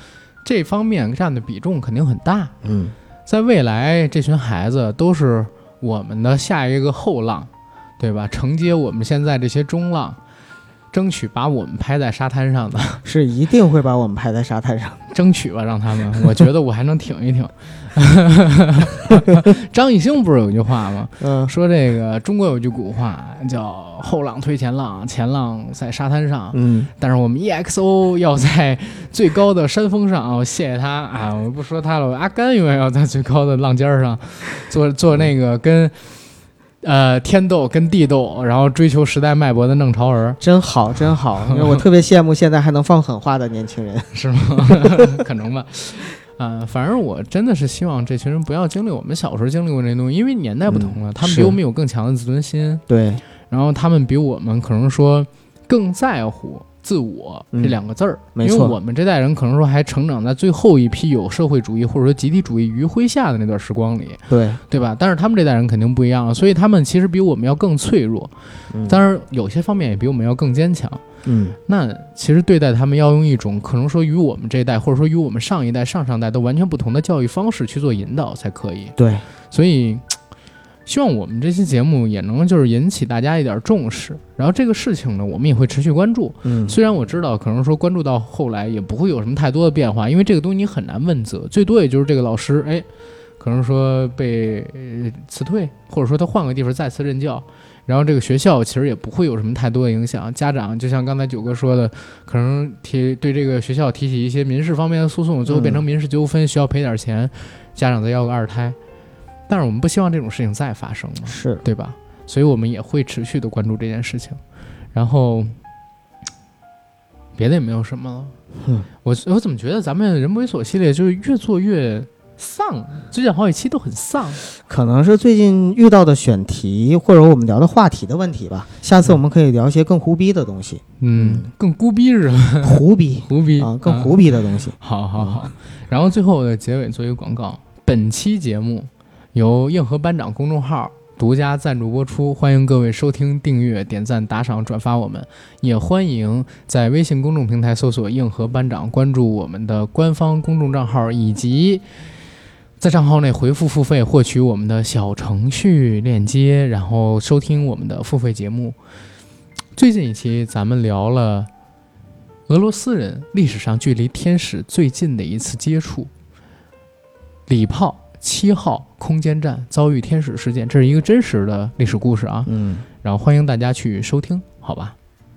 [SPEAKER 1] 这方面占的比重肯定很大，
[SPEAKER 3] 嗯，
[SPEAKER 1] 在未来这群孩子都是我们的下一个后浪，对吧？承接我们现在这些中浪，争取把我们拍在沙滩上的，
[SPEAKER 3] 是一定会把我们拍在沙滩上。
[SPEAKER 1] 争取吧，让他们，我觉得我还能挺一挺。 张艺兴不是有句话吗？
[SPEAKER 3] 嗯
[SPEAKER 1] 说这个中国有句古话叫“后浪推前浪，前浪在沙滩上”，
[SPEAKER 3] 嗯，
[SPEAKER 1] 但是我们 EXO 要在最高的山峰上啊，我谢谢他啊，我不说他了，我阿甘永远要在最高的浪尖儿上做做那个跟呃天斗跟地斗，然后追求时代脉搏的弄潮儿，
[SPEAKER 3] 真好真 好，因为我特别羡慕现在还能放狠话的年轻人。
[SPEAKER 1] 是吗？ 可能吧。嗯、反正我真的是希望这群人不要经历我们小时候经历过这些东西，因为年代不同了，
[SPEAKER 3] 嗯
[SPEAKER 1] 他们
[SPEAKER 3] 是
[SPEAKER 1] 比我们有更强的自尊心，
[SPEAKER 3] 对，
[SPEAKER 1] 然后他们比我们可能说更在乎自我这
[SPEAKER 3] 嗯
[SPEAKER 1] 两个字儿，
[SPEAKER 3] 没
[SPEAKER 1] 因为
[SPEAKER 3] 错
[SPEAKER 1] 我们这代人可能说还成长在最后一批有社会主义或者说集体主义余晖下的那段时光里，
[SPEAKER 3] 对，
[SPEAKER 1] 对吧？但是他们这代人肯定不一样了，所以他们其实比我们要更脆弱，
[SPEAKER 3] 嗯
[SPEAKER 1] 当然有些方面也比我们要更坚强。
[SPEAKER 3] 嗯，
[SPEAKER 1] 那其实对待他们要用一种可能说与我们这一代，或者说与我们上一代、上上代都完全不同的教育方式去做引导才可以。
[SPEAKER 3] 对，
[SPEAKER 1] 所以希望我们这期节目也能就是引起大家一点重视。然后这个事情呢，我们也会持续关注。
[SPEAKER 3] 嗯，
[SPEAKER 1] 虽然我知道可能说关注到后来也不会有什么太多的变化，因为这个东西你很难问责，最多也就是这个老师哎，可能说被呃辞退，或者说他换个地方再次任教。然后这个学校其实也不会有什么太多的影响。家长就像刚才九哥说的，可能提对这个学校提起一些民事方面的诉讼，最后变成民事纠纷，需要赔点钱，家长再要个二胎。但是我们不希望这种事情再发生嘛，
[SPEAKER 3] 是
[SPEAKER 1] 对吧？所以我们也会持续的关注这件事情。然后别的也没有什么了。
[SPEAKER 3] 嗯
[SPEAKER 1] 我我怎么觉得咱们人不猥琐系列就是越做越丧，最近好几期都很丧。
[SPEAKER 3] 可能是最近遇到的选题或者我们聊的话题的问题吧。下次我们可以聊一些更胡逼的东西，
[SPEAKER 1] 嗯，更孤逼是吧？
[SPEAKER 3] 胡逼
[SPEAKER 1] 胡逼
[SPEAKER 3] 啊，更胡逼的东西。
[SPEAKER 1] 好好好，然后最后的结尾做一个广告，本期节目由硬核班长公众号独家赞助播出，欢迎各位收听、订阅、点赞、打赏、转发我们，也欢迎在微信公众平台搜索“硬核班长”，关注我们的官方公众账号以及。在账号内回复“付费”获取我们的小程序链接，然后收听我们的付费节目。最近一期咱们聊了俄罗斯人历史上距离天使最近的一次接触，礼炮七号空间站遭遇天使事件，这是一个真实的历史故事啊。
[SPEAKER 3] 嗯，
[SPEAKER 1] 然后欢迎大家去收听，好吧？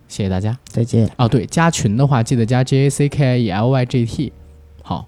[SPEAKER 1] 谢谢大家哦
[SPEAKER 3] 再见。
[SPEAKER 1] 啊！对，加群的话记得加 J A C K I E L Y G T。好，